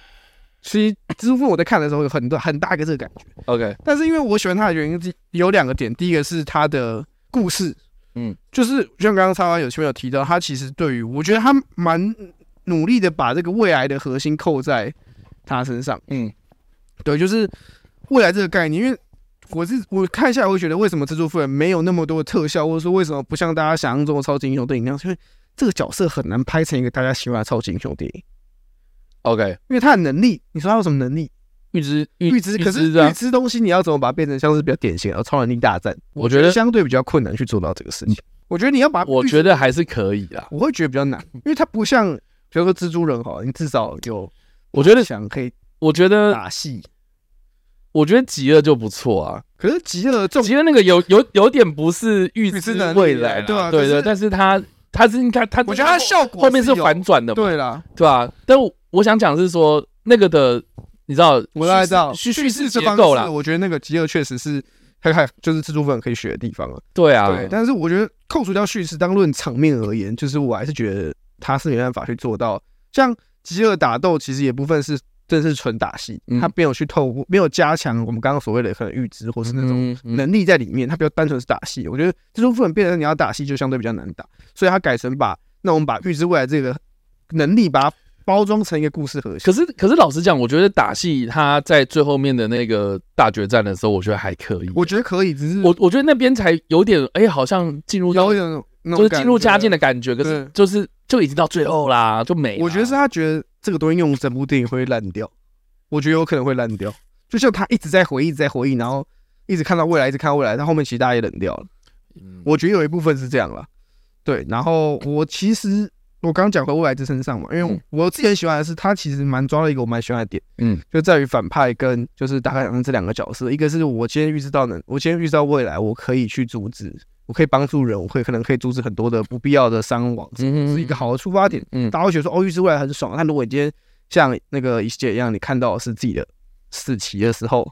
[SPEAKER 2] 所以《蜘蛛夫人》我在看的时候有很多很大一个这个感觉。
[SPEAKER 1] ，OK，
[SPEAKER 2] 但是因为我喜欢他的原因有两个点，第一个是他的故事，
[SPEAKER 1] 嗯，
[SPEAKER 2] 就是就像刚刚超安有前面有提到，他其实对于我觉得他蛮努力的把这个未来的核心扣在他身上，
[SPEAKER 1] 嗯，
[SPEAKER 2] 对，就是未来这个概念，因为。我是我看下来，我会觉得为什么蜘蛛夫人没有那么多的特效，或者说为什么不像大家想象中的超级英雄电影那样？是因为这个角色很难拍成一个大家喜欢的超级英雄电影，
[SPEAKER 1] OK，
[SPEAKER 2] 因为他的能力，你说他有什么能力？
[SPEAKER 1] 预知
[SPEAKER 2] 预知，可是
[SPEAKER 1] 这样
[SPEAKER 2] 预知东西你要怎么把它变成像是比较典型的超能力大战？
[SPEAKER 1] 我觉得嗯
[SPEAKER 2] 相对比较困难去做到这个事情。我觉得你要把它
[SPEAKER 1] 我
[SPEAKER 2] 预知
[SPEAKER 1] 觉得还是可以啦。
[SPEAKER 2] 我会觉得比较难，因为它不像比如说蜘蛛人哈，你至少有
[SPEAKER 1] 我觉得，
[SPEAKER 2] 想可以
[SPEAKER 1] 我觉得，
[SPEAKER 2] 打戏。
[SPEAKER 1] 我觉得极恶就不错啊。
[SPEAKER 2] 可是极乐重
[SPEAKER 1] 极恶那个有有有点不是预
[SPEAKER 2] 预知
[SPEAKER 1] 知
[SPEAKER 2] 能力
[SPEAKER 1] 未来啦，
[SPEAKER 2] 对啊
[SPEAKER 1] 对
[SPEAKER 2] 可是
[SPEAKER 1] 对，但是他他是应该他，
[SPEAKER 2] 我觉得它效果
[SPEAKER 1] 后面
[SPEAKER 2] 是
[SPEAKER 1] 是
[SPEAKER 2] 有
[SPEAKER 1] 反转的嘛，
[SPEAKER 2] 对啦，
[SPEAKER 1] 对啊，但我我想讲的是说那个的，你知道，
[SPEAKER 2] 我大概知道
[SPEAKER 1] 叙叙事
[SPEAKER 2] 这
[SPEAKER 1] 结
[SPEAKER 2] 方
[SPEAKER 1] 构啦
[SPEAKER 2] 式，，我觉得那个极乐确实是还还就是蜘蛛人可以学的地方了。
[SPEAKER 1] 对啊，
[SPEAKER 2] 对，但是我觉得扣除掉叙事，当论场面而言，就是我还是觉得他是没办法去做到。像极恶打斗，其实也部分是真是纯打戏，
[SPEAKER 1] 嗯
[SPEAKER 2] 他没有去透过，没有加强我们刚刚所谓的可能预知或是那种
[SPEAKER 1] 嗯嗯
[SPEAKER 2] 能力在里面，他比较单纯是打戏。我觉得蜘蛛夫人变成你要打戏就相对比较难打，所以他改成把那我们把预知未来这个能力把它包装成一个故事核
[SPEAKER 1] 可
[SPEAKER 2] 心。
[SPEAKER 1] 是可是老实讲，我觉得打戏他在最后面的那个大决战的时候，我觉得还可以。
[SPEAKER 2] 我觉得可以，只是
[SPEAKER 1] 我我觉得那边才有点哎、好像进入到
[SPEAKER 2] 嗯有一种那
[SPEAKER 1] 就
[SPEAKER 2] 种
[SPEAKER 1] 是进入
[SPEAKER 2] 感觉
[SPEAKER 1] 佳境的感觉，可是
[SPEAKER 2] 对
[SPEAKER 1] 就是就已经到最后啦，就没啦。
[SPEAKER 2] 我觉得是他觉得这个东西用整部电影会烂掉，我觉得有可能会烂掉。就像他一直在回忆，一直在回忆，然后一直看到未来，一直看到未来，他后面其实大家也冷掉了。
[SPEAKER 1] 嗯，
[SPEAKER 2] 我觉得有一部分是这样啦，对。然后我其实我刚刚讲回未来之身上嘛，因为
[SPEAKER 1] 嗯
[SPEAKER 2] 我自己很喜欢的是他其实蛮抓了一个我蛮喜欢的点，
[SPEAKER 1] 嗯，
[SPEAKER 2] 就在于反派跟就是达克两这两个角色，一个是我今天预知到能，我今天预知到未来，我可以去阻止，我可以帮助人，我会可能可以阻止很多的不必要的伤亡，
[SPEAKER 1] 嗯
[SPEAKER 2] 是一个好的出发点。
[SPEAKER 1] 嗯
[SPEAKER 2] 大家会觉得说哦，预知未来很爽。但如果你今天像那个一姐一样，你看到的是自己的死期的时候，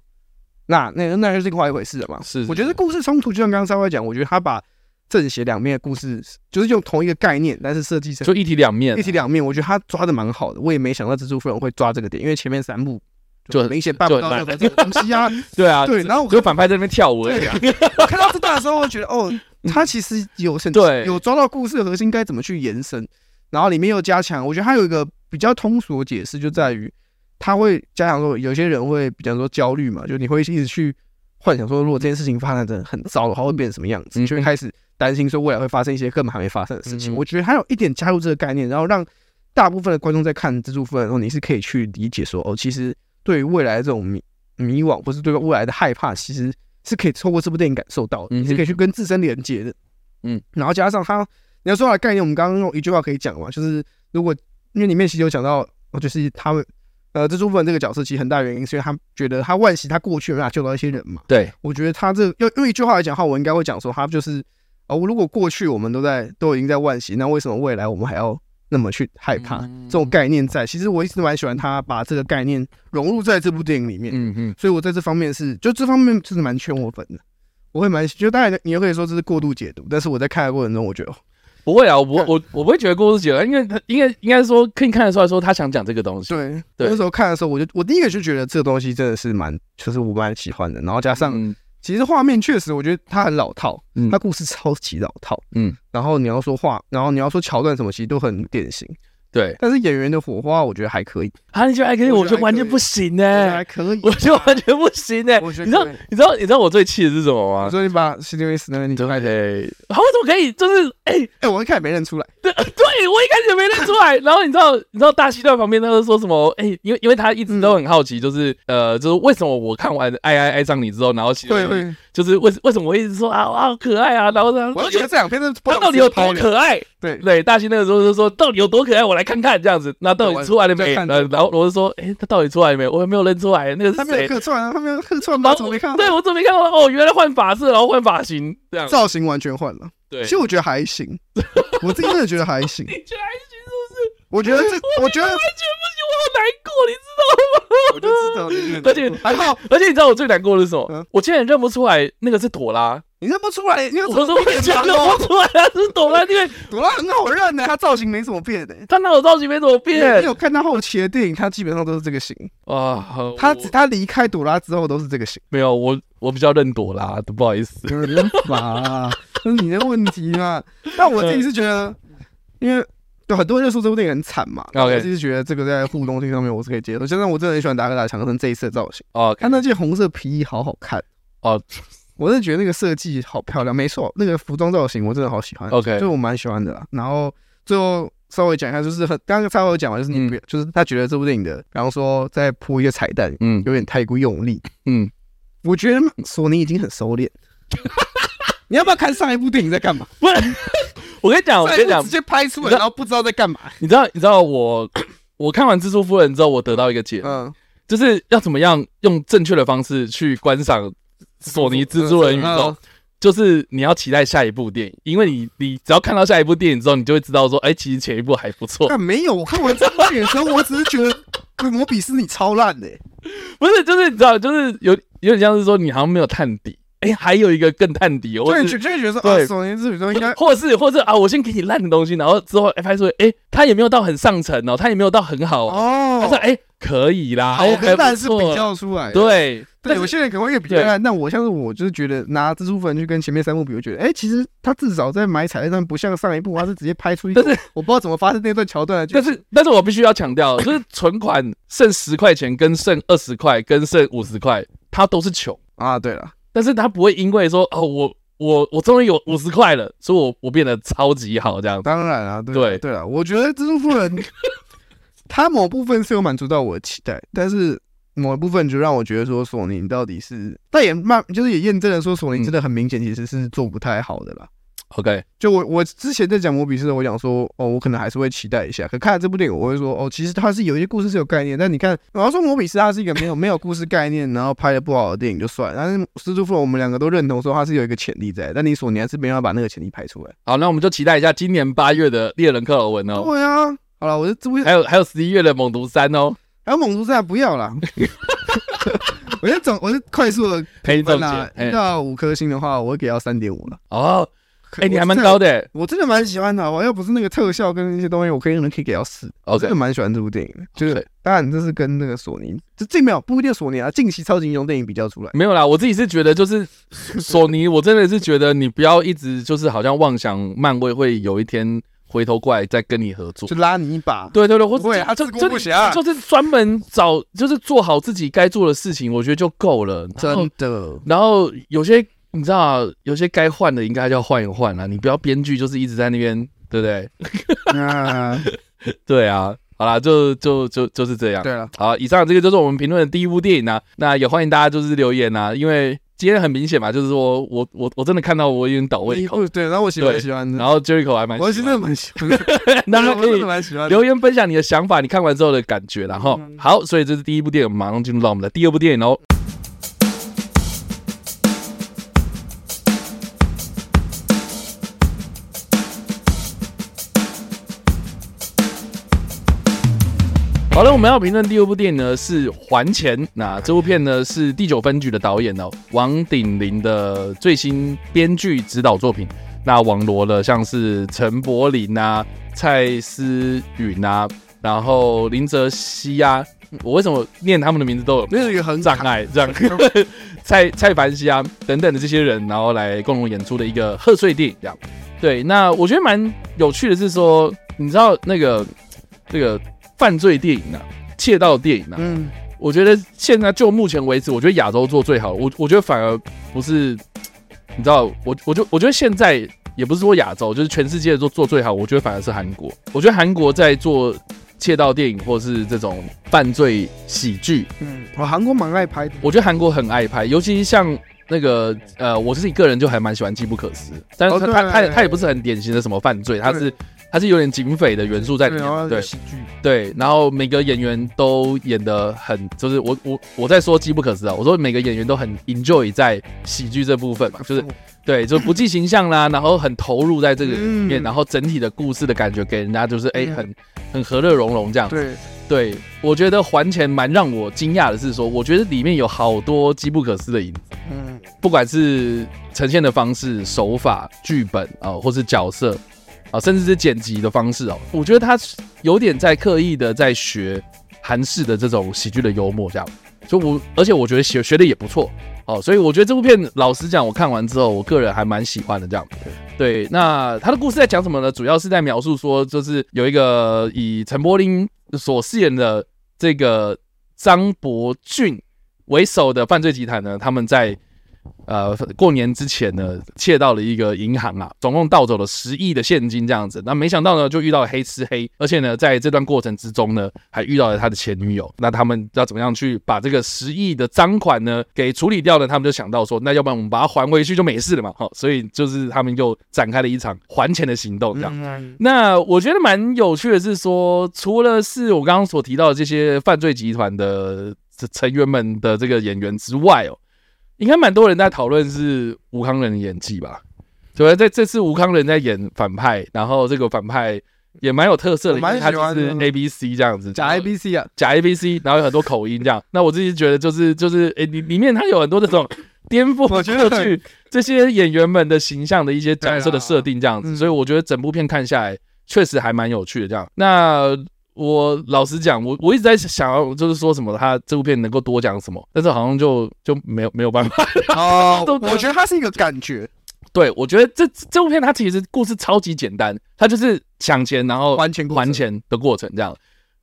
[SPEAKER 2] 那那那就是另外一回事了嘛。
[SPEAKER 1] 是是
[SPEAKER 2] 我觉得故事冲突就像刚刚稍微讲，我觉得他把正邪两面的故事，就是用同一个概念，但是设计成
[SPEAKER 1] 就一体两面啊，
[SPEAKER 2] 一体两面，我觉得他抓的蛮好的。我也没想到蜘蛛夫人会抓这个点，因为前面三部
[SPEAKER 1] 就
[SPEAKER 2] 很明显办不到
[SPEAKER 1] 就
[SPEAKER 2] 任何这种东西啊。
[SPEAKER 1] 对 啊，
[SPEAKER 2] 对，然后我
[SPEAKER 1] 只有反派在那边跳舞而已啊。
[SPEAKER 2] 我 看到这段的时候，我觉得哦，他其实有很
[SPEAKER 1] 对
[SPEAKER 2] 有抓到故事的核心该怎么去延伸，然后里面又加强。我觉得他有一个比较通俗的解释，就在于他会加强说，有些人会比方说焦虑嘛，就你会一直去幻想说，如果这件事情发展的很糟的话，会变成什么样子，
[SPEAKER 1] 嗯
[SPEAKER 2] 就会开始担心说未来会发生一些根本还没发生的事情。
[SPEAKER 1] 嗯嗯
[SPEAKER 2] 我觉得他有一点加入这个概念，然后让大部分的观众在看蜘蛛夫人的时候，你是可以去理解说，哦，其实对于未来这种迷迷惘或是对未来的害怕，其实是可以透过这部电影感受到的，
[SPEAKER 1] 嗯哼
[SPEAKER 2] 你是可以去跟自身连接的。
[SPEAKER 1] 嗯，
[SPEAKER 2] 然后加上他，你要说到的概念，我们刚刚用一句话可以讲嘛，就是如果因为里面其实有讲到，哦，就是他们呃蜘蛛夫人这个角色，其实很大原因是因为他觉得他惋惜他过去没办法救到一些人嘛。
[SPEAKER 1] 对，
[SPEAKER 2] 我觉得他这用用一句话来讲的话，我应该会讲说，他就是哦，如果过去我们都在都已经在惋惜，那为什么未来我们还要那么去害怕？
[SPEAKER 1] 嗯
[SPEAKER 2] 这种概念在，其实我一直蛮喜欢他把这个概念融入在这部电影里面。
[SPEAKER 1] 嗯嗯，
[SPEAKER 2] 所以我在这方面是，就这方面真的蛮圈我粉的。我会蛮，就当然你也可以说这是过度解读，但是我在看的过程中，我觉得哦
[SPEAKER 1] 不会啊，我不我我不会觉得故事解了，因为他应该应该说可以看得出来说他想讲这个东西。
[SPEAKER 2] 对，
[SPEAKER 1] 对
[SPEAKER 2] 那时候看的时候，我就我第一个就觉得这个东西真的是蛮，就是我蛮喜欢的。然后加上，
[SPEAKER 1] 嗯
[SPEAKER 2] 其实画面确实我觉得它很老套，
[SPEAKER 1] 嗯
[SPEAKER 2] 它故事超级老套，
[SPEAKER 1] 嗯，
[SPEAKER 2] 然后你要说话，然后你要说桥段什么，其实都很典型。
[SPEAKER 1] 对，
[SPEAKER 2] 但是演员的火花我觉得还可以，
[SPEAKER 1] 哈利就还可以，
[SPEAKER 2] 我
[SPEAKER 1] 我
[SPEAKER 2] 觉
[SPEAKER 1] 觉
[SPEAKER 2] 得
[SPEAKER 1] 得
[SPEAKER 2] 还
[SPEAKER 1] 完
[SPEAKER 2] 可
[SPEAKER 1] 全
[SPEAKER 2] 以
[SPEAKER 1] 不行
[SPEAKER 2] 我觉
[SPEAKER 1] 哎、
[SPEAKER 2] 得还可以。
[SPEAKER 1] 我觉得完全不行哎、
[SPEAKER 2] 我觉得
[SPEAKER 1] 你知道
[SPEAKER 2] 可以，
[SPEAKER 1] 你知道，你知道我最气的是什么
[SPEAKER 2] 我
[SPEAKER 1] 吗？
[SPEAKER 2] 说你把史蒂威斯那个你
[SPEAKER 1] 啊对，
[SPEAKER 2] 哎、
[SPEAKER 1] 啊，我怎么可以？就是哎、
[SPEAKER 2] 我一开始没认出来，
[SPEAKER 1] 对，对我一开始也没认出来。然后你知道，你知道大西段旁边他就说什么？ 哎、因为因为他一直都很好奇，就是、
[SPEAKER 2] 嗯
[SPEAKER 1] 呃，就是为什么我看完《爱爱爱上你》之后，然后其实
[SPEAKER 2] 对对，
[SPEAKER 1] 就是为为什么我一直说啊啊好可爱啊，然后他
[SPEAKER 2] 我就觉得这两篇真的不
[SPEAKER 1] 他
[SPEAKER 2] 懂
[SPEAKER 1] 到底
[SPEAKER 2] 是
[SPEAKER 1] 有
[SPEAKER 2] 抛
[SPEAKER 1] 多
[SPEAKER 2] 流
[SPEAKER 1] 可爱？
[SPEAKER 2] 对，
[SPEAKER 1] 对，大西那个时候就说到底有多可爱，我来看看这样子。那到
[SPEAKER 2] 对
[SPEAKER 1] 底
[SPEAKER 2] 我
[SPEAKER 1] 出来了
[SPEAKER 2] 在
[SPEAKER 1] 没？
[SPEAKER 2] 看
[SPEAKER 1] 呃然后我就说，哎、他到底出来了没？我也没有认出来，那个
[SPEAKER 2] 他
[SPEAKER 1] 是
[SPEAKER 2] 没有
[SPEAKER 1] 谁？
[SPEAKER 2] 客串啊，他没有客串吗？
[SPEAKER 1] 然
[SPEAKER 2] 我
[SPEAKER 1] 后
[SPEAKER 2] 怎么没看到？
[SPEAKER 1] 对，我怎么没看到？哦，原来换发色，然后换发型，这样。
[SPEAKER 2] 造型完全换了。
[SPEAKER 1] 对，
[SPEAKER 2] 其实我觉得还 行，我自己真的觉得还行。
[SPEAKER 1] 你觉得还行是不是？
[SPEAKER 2] 我觉得 这，我觉得
[SPEAKER 1] 完全不行，我好难过，你知道吗？
[SPEAKER 2] 我就知道你
[SPEAKER 1] 而且
[SPEAKER 2] 还好，
[SPEAKER 1] 而且你知道我最难过的是什么？
[SPEAKER 2] 嗯
[SPEAKER 1] 我竟然认不出来那个是朵拉，
[SPEAKER 2] 你认不出来，你
[SPEAKER 1] 我
[SPEAKER 2] 怎
[SPEAKER 1] 说
[SPEAKER 2] 么
[SPEAKER 1] 我
[SPEAKER 2] 变
[SPEAKER 1] 竟然
[SPEAKER 2] 长
[SPEAKER 1] 认
[SPEAKER 2] 哦？
[SPEAKER 1] 不出来他是朵拉，因为
[SPEAKER 2] 朵拉很好认的，她造型没怎么变的。
[SPEAKER 1] 他哪有造型没怎么
[SPEAKER 2] 你
[SPEAKER 1] 变
[SPEAKER 2] 有看到后期的电影，她基本上都是这个型。
[SPEAKER 1] 啊？好
[SPEAKER 2] 她
[SPEAKER 1] 我
[SPEAKER 2] 只她离开朵拉之后都是这个型。
[SPEAKER 1] 没有我，我比较认朵拉，不好意思。
[SPEAKER 2] 有点嘛，啊这是你的问题嘛。但我自己是觉得，因为有很多人就说这部电影很惨嘛，
[SPEAKER 1] OK
[SPEAKER 2] 我自己是觉得这个在互动性上面我是可以接受。加上我真的很喜欢达克塔强森这一次的造型，
[SPEAKER 1] 哦，
[SPEAKER 2] 他
[SPEAKER 1] 看到
[SPEAKER 2] 那件红色皮衣好好看
[SPEAKER 1] 哦，
[SPEAKER 2] 我真的觉得那个设计好漂亮。没错，那个服装造型我真的好喜欢
[SPEAKER 1] OK
[SPEAKER 2] 就是我蛮喜欢的啦。然后最后。稍微讲一下，就是很刚刚稍微有讲嘛，就是你
[SPEAKER 1] 嗯
[SPEAKER 2] 别、就是他觉得这部电影的，比方说在铺一个彩蛋，
[SPEAKER 1] 嗯
[SPEAKER 2] 有点太过用力，
[SPEAKER 1] 嗯，
[SPEAKER 2] 我觉得索尼已经很收敛。你要不要看上一部电影在干嘛？
[SPEAKER 1] 不， 我跟你哦讲，我
[SPEAKER 2] 上
[SPEAKER 1] 跟你
[SPEAKER 2] 一部
[SPEAKER 1] 讲
[SPEAKER 2] 直，接拍出
[SPEAKER 1] 你
[SPEAKER 2] 来，
[SPEAKER 1] 知道
[SPEAKER 2] 然后不知道在干嘛。
[SPEAKER 1] 你知道，你知道我 我看完《蜘蛛夫人》之后，我得到一个解，
[SPEAKER 2] 嗯，
[SPEAKER 1] 就是要怎么样用正确的方式去观赏索尼《蜘蛛人》宇宙
[SPEAKER 2] 嗯。
[SPEAKER 1] 就是你要期待下一部电影，因为你你只要看到下一部电影之后，你就会知道说，哎、其实前一部还不错。
[SPEAKER 2] 但没有，我看完这部电影的时候，我只是觉得《魔比斯》你超烂的欸、
[SPEAKER 1] 不是，就是你知道，就是有有点像是说你好像没有探底，哎、还有一个更探底，或
[SPEAKER 2] 对，
[SPEAKER 1] 者
[SPEAKER 2] 就是就会觉得说，
[SPEAKER 1] 对
[SPEAKER 2] 啊，索尼之宇宙应该
[SPEAKER 1] 或者是或者是啊，我先给你烂的东西，然后之后哎拍出来，哎、他也没有到很上层哦，他也没有到很好哦，他说
[SPEAKER 2] 哦，
[SPEAKER 1] 哎、可以啦，
[SPEAKER 2] 好
[SPEAKER 1] 哎
[SPEAKER 2] 跟
[SPEAKER 1] 还
[SPEAKER 2] 烂
[SPEAKER 1] 不
[SPEAKER 2] 是
[SPEAKER 1] 错
[SPEAKER 2] 比较出来的。
[SPEAKER 1] 对，
[SPEAKER 2] 对，有些人可能会比较烂，但我像是我就是觉得拿蜘蛛粉去跟前面三部比，我觉得，哎、其实他至少在买彩蛋上不像上一部，他是直接拍出一个，
[SPEAKER 1] 但是
[SPEAKER 2] 我不知道怎么发生那段桥段的剧情，
[SPEAKER 1] 但是但是我必须要强 调，就是存款剩十块钱，跟剩二十块，跟剩五十块，他都是穷，
[SPEAKER 2] 啊，对了。
[SPEAKER 1] 但是他不会因为说哦我。我我终于有五十块了，所以我我变得超级好这样子。
[SPEAKER 2] 当然啊，对
[SPEAKER 1] 对
[SPEAKER 2] 对对了，我觉得蜘蛛 夫人她某部分是有满足到我的期待，但是某一部分就让我觉得说索尼到底是，但也慢，就是也验证了说
[SPEAKER 1] 嗯
[SPEAKER 2] 索尼真的很明显其实是做不太好的啦。
[SPEAKER 1] OK，
[SPEAKER 2] 就我我之前在讲摩比斯的时候，我讲说哦，我可能还是会期待一下。可看了这部电影，我会说哦，其实它是有一些故事是有概念，但你看，我要说摩比斯它是一个没有没有故事概念，然后拍的不好的电影就算了。但是蜘蛛夫人我们两个都认同说它是有一个潜力在，但你索尼还是没办法把那个潜力拍出来。
[SPEAKER 1] 好，那我们就期待一下今年八月的猎人克劳文哦，
[SPEAKER 2] 对啊，好了，我是这部
[SPEAKER 1] 还有还有十一月的猛毒三哦，
[SPEAKER 2] 还有猛毒赛 不要啦。我先总，我是快速的
[SPEAKER 1] 陪你总
[SPEAKER 2] 分啊
[SPEAKER 1] 结
[SPEAKER 2] 啦。。一
[SPEAKER 1] 哎
[SPEAKER 2] 到五颗星的话，我会给到三点五了。
[SPEAKER 1] 哦，哎，你还蛮
[SPEAKER 2] 我真的
[SPEAKER 1] 高，的哎
[SPEAKER 2] 我真的蛮喜欢的。啊我要不是那个特效跟那些东西，我可以可能可以给到四。我真
[SPEAKER 1] ，OK
[SPEAKER 2] 的。蛮喜欢这部电影的。就是
[SPEAKER 1] 对
[SPEAKER 2] 当然这是跟那个索尼，这近没有不一定索尼啊，近期超级英雄电影比较出来。
[SPEAKER 1] 没有啦，我自己是觉得就是索尼，我真的是觉得你不要一直就是好像妄想漫威会有一天回头过来再跟你合作
[SPEAKER 2] 就。拉你一把，
[SPEAKER 1] 对对对，或
[SPEAKER 2] 不会
[SPEAKER 1] 者
[SPEAKER 2] 啊他
[SPEAKER 1] 就
[SPEAKER 2] 自顾
[SPEAKER 1] 就
[SPEAKER 2] 不暇
[SPEAKER 1] 就就是专门找，就是做好自己该做的事情，我觉得就够了。然后
[SPEAKER 2] 真的，
[SPEAKER 1] 然后有些你知道，啊有些该换的应该就要换一换啊啦，你不要编剧就是一直在那边，对不对？
[SPEAKER 2] 啊，
[SPEAKER 1] 对啊，好啦，就就就就是这样。
[SPEAKER 2] 对啊了，
[SPEAKER 1] 好，以上这个就是我们评论的第一部电影啊。那也欢迎大家就是留言啊，因为今天很明显嘛，就是说我我我真的看到我有点倒胃
[SPEAKER 2] 一
[SPEAKER 1] 口，
[SPEAKER 2] 部对，然后我喜
[SPEAKER 1] 对
[SPEAKER 2] 欢喜欢的，
[SPEAKER 1] 然后 Jericho 还蛮喜
[SPEAKER 2] 我
[SPEAKER 1] 欢，
[SPEAKER 2] 其实真的蛮喜欢的，
[SPEAKER 1] 大家
[SPEAKER 2] 我
[SPEAKER 1] 可
[SPEAKER 2] 真
[SPEAKER 1] 以
[SPEAKER 2] 的蛮喜欢的。
[SPEAKER 1] 留言分享你的想法，你看完之后的感觉啦，然后
[SPEAKER 2] 嗯
[SPEAKER 1] 好，所以这是第一部电影，我们马上进入到我们的第二部电影哦。好了，我们要评论第二部电影呢是《还钱》。那这部片呢是第九分局的导演哦，王鼎林的最新编剧指导作品。那网罗了像是陈柏霖啊、蔡思允啊，然后林哲熙啊，我为什么念他们的名字都有啊
[SPEAKER 2] 那是一个很
[SPEAKER 1] 障碍？这样， 蔡蔡凡熙啊等等的这些人，然后来共同演出的一个贺岁电影，这样。对，那我觉得蛮有趣的是说，你知道那个这个犯罪电影啊、窃盗电影啊，
[SPEAKER 2] 嗯，
[SPEAKER 1] 我觉得现在就目前为止，我觉得亚洲做最好的，我我觉得反而不是，你知道，我我就我觉得现在也不是说亚洲，就是全世界做做最好，我觉得反而是韩国。我觉得韩国在做窃盗电影或是这种犯罪喜剧，
[SPEAKER 2] 嗯，我韩国蛮爱拍的，
[SPEAKER 1] 我觉得韩国很爱拍，尤其像。那个呃，我自己个人就还蛮喜欢《机不可失》，但是
[SPEAKER 2] 哦
[SPEAKER 1] 他、
[SPEAKER 2] 对
[SPEAKER 1] 他他
[SPEAKER 2] 对
[SPEAKER 1] 也他也不是很典型的什么犯罪，他是他是有点警匪的元素在里
[SPEAKER 2] 然后
[SPEAKER 1] 面，对，
[SPEAKER 2] 喜剧，
[SPEAKER 1] 对，然后每个演员都演得很，就是我我我在说机不可失啊，我说每个演员都很 enjoy 在喜剧这部分
[SPEAKER 2] 嗯
[SPEAKER 1] 嘛，就是对，就不计形象啦，然后很投入在这个里面，
[SPEAKER 2] 嗯
[SPEAKER 1] 然后整体的故事的感觉给人家就是哎、
[SPEAKER 2] 嗯
[SPEAKER 1] 很很和乐融融这样。
[SPEAKER 2] 对，
[SPEAKER 1] 对，我觉得还钱蛮让我惊讶的是说，我觉得里面有好多机不可失的影子，
[SPEAKER 2] 嗯，
[SPEAKER 1] 不管是呈现的方式、手法、剧本啊、或是角色啊、甚至是剪辑的方式哦，我觉得他有点在刻意的在学韩式的这种喜剧的幽默，这样。所以我，而且我觉得学学的也不错哦，所以我觉得这部片，老实讲，我看完之后，我个人还蛮喜欢的。这样，对，那他的故事在讲什么呢？主要是在描述说，就是有一个以陈柏霖所饰演的这个张伯俊为首的犯罪集团呢，他们在呃过年之前呢，窃盗了一个银行啊，总共盗走了十亿的现金这样子。那没想到呢，就遇到了黑吃黑，而且呢，在这段过程之中呢，还遇到了他的前女友。那他们要怎么样去把这个十亿的赃款呢给处理掉呢？他们就想到说，那要不然我们把它还回去就没事了嘛。好，所以就是他们又展开了一场还钱的行动，这样。
[SPEAKER 2] 嗯，
[SPEAKER 1] 那我觉得蛮有趣的是说，除了是我刚刚所提到的这些犯罪集团的这成员们的这个演员之外哦，应该蛮多人在讨论是吴康仁的演技吧？对，在这次吴康仁在演反派，然后这个反派也蛮有特色的，
[SPEAKER 2] 我蛮
[SPEAKER 1] 因为他
[SPEAKER 2] 喜欢
[SPEAKER 1] 就是
[SPEAKER 2] 的
[SPEAKER 1] A B C 这样子，
[SPEAKER 2] 假 A B C 啊，
[SPEAKER 1] 假 A B C，然后有很多口音这样。那我自己觉得就是就是诶里里面它有很多这种 颠覆
[SPEAKER 2] 我觉得
[SPEAKER 1] 过去这些演员们的形象的一些角色的
[SPEAKER 2] 对啦啊
[SPEAKER 1] 设定这样子，
[SPEAKER 2] 嗯
[SPEAKER 1] 所以我觉得整部片看下来确实还蛮有趣的这样。那我老实讲，我我一直在想要就是说什么他这部片能够多讲什么，但是好像就就没有没有办法。
[SPEAKER 2] 哦
[SPEAKER 1] 都，
[SPEAKER 2] 我觉得它是一个感觉，
[SPEAKER 1] 对我觉得这这部片它其实故事超级简单，它就是抢钱然后
[SPEAKER 2] 完全过程
[SPEAKER 1] 还钱的过程这样。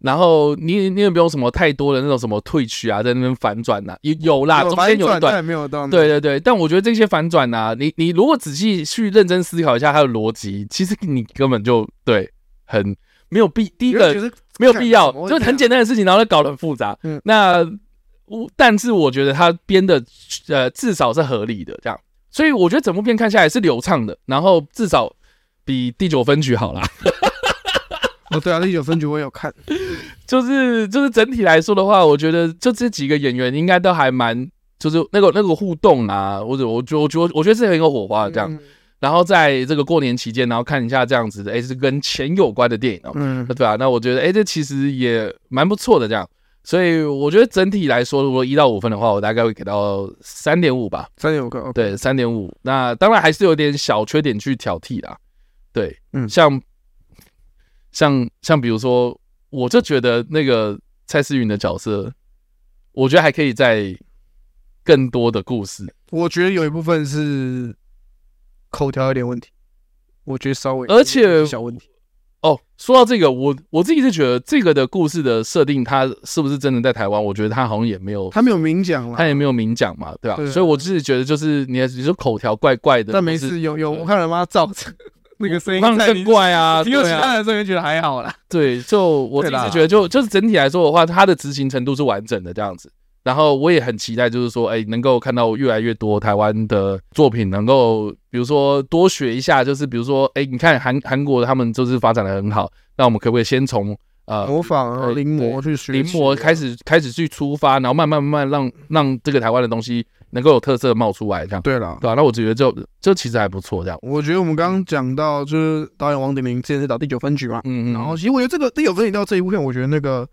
[SPEAKER 1] 然后你你也不用什么太多的那种什么退取啊，在那边反转呐、有有啦，中间有一段，
[SPEAKER 2] 但没有到，
[SPEAKER 1] 对，对对。但我觉得这些反转呐、你你如果仔细去认真思考一下它的逻辑，其实你根本就对很没有必第一
[SPEAKER 2] 一
[SPEAKER 1] 个
[SPEAKER 2] 个
[SPEAKER 1] 没有必要，就是很简单的事情，然后搞得很复杂。
[SPEAKER 2] 嗯
[SPEAKER 1] 那我但是我觉得他编的呃至少是合理的这样，所以我觉得整部片看下来是流畅的，然后至少比第九分局好啦。
[SPEAKER 2] 哦，对啊，第九分局我有看，
[SPEAKER 1] 就是就是整体来说的话，我觉得就这几个演员应该都还蛮就是那个那个互动啊，或者我觉我觉得我觉得是很有火花的这
[SPEAKER 2] 嗯
[SPEAKER 1] 样。然后在这个过年期间，然后看一下这样子的，哎，是跟钱有关的电影哦。
[SPEAKER 2] 嗯，
[SPEAKER 1] 对啊，那我觉得，哎、这其实也蛮不错的这样。所以我觉得整体来说，如果一到五分的话，我大概会给到三点五吧。
[SPEAKER 2] 三点五个，OK，哦
[SPEAKER 1] 对，三点五。那当然还是有点小缺点去挑剔啦。对，
[SPEAKER 2] 嗯
[SPEAKER 1] 像像像比如说，我就觉得那个蔡思芸的角色，我觉得还可以在更多的故事，
[SPEAKER 2] 我觉得有一部分是口条有点问题，我觉得稍微，
[SPEAKER 1] 而且
[SPEAKER 2] 小问题，
[SPEAKER 1] 哦，说到这个，我我自己是觉得这个的故事的设定，它是不是真的在台湾？我觉得它好像也没有
[SPEAKER 2] 他没有明讲
[SPEAKER 1] 他
[SPEAKER 2] 了，
[SPEAKER 1] 也没有明讲嘛，对吧、
[SPEAKER 2] 对啊
[SPEAKER 1] 所以我自己觉得就是你的你说口条怪怪的，
[SPEAKER 2] 但没
[SPEAKER 1] 或是，
[SPEAKER 2] 事，有有，我看了妈照着那个声音
[SPEAKER 1] 让
[SPEAKER 2] 在
[SPEAKER 1] 更
[SPEAKER 2] 你，
[SPEAKER 1] 怪啊，
[SPEAKER 2] 听过
[SPEAKER 1] 对
[SPEAKER 2] 其
[SPEAKER 1] 啊，
[SPEAKER 2] 他人声音觉得还好啦，
[SPEAKER 1] 对，就我自己
[SPEAKER 2] 对啦
[SPEAKER 1] 是觉得就就是整体来说的话，它的执行程度是完整的这样子。然后我也很期待，就是说，哎，能够看到越来越多台湾的作品，能够比如说多学一下，就是比如说，哎，你看韩韩国他们就是发展的很好，那我们可不可以先从呃
[SPEAKER 2] 模仿
[SPEAKER 1] 对
[SPEAKER 2] 啊临摹去学，啊
[SPEAKER 1] 临摹开
[SPEAKER 2] 始，
[SPEAKER 1] 始开始去出发，然后慢慢慢慢让让这个台湾的东西能够有特色冒出来，这样。
[SPEAKER 2] 对了。
[SPEAKER 1] 对啊，那我觉得就就其实还不错这样。
[SPEAKER 2] 我觉得我们刚刚讲到，就是导演王鼎林之前是导《第九分局》嘛，
[SPEAKER 1] 嗯，嗯
[SPEAKER 2] 然后其实我觉得这个《第九分局》到这一部片，我觉得那个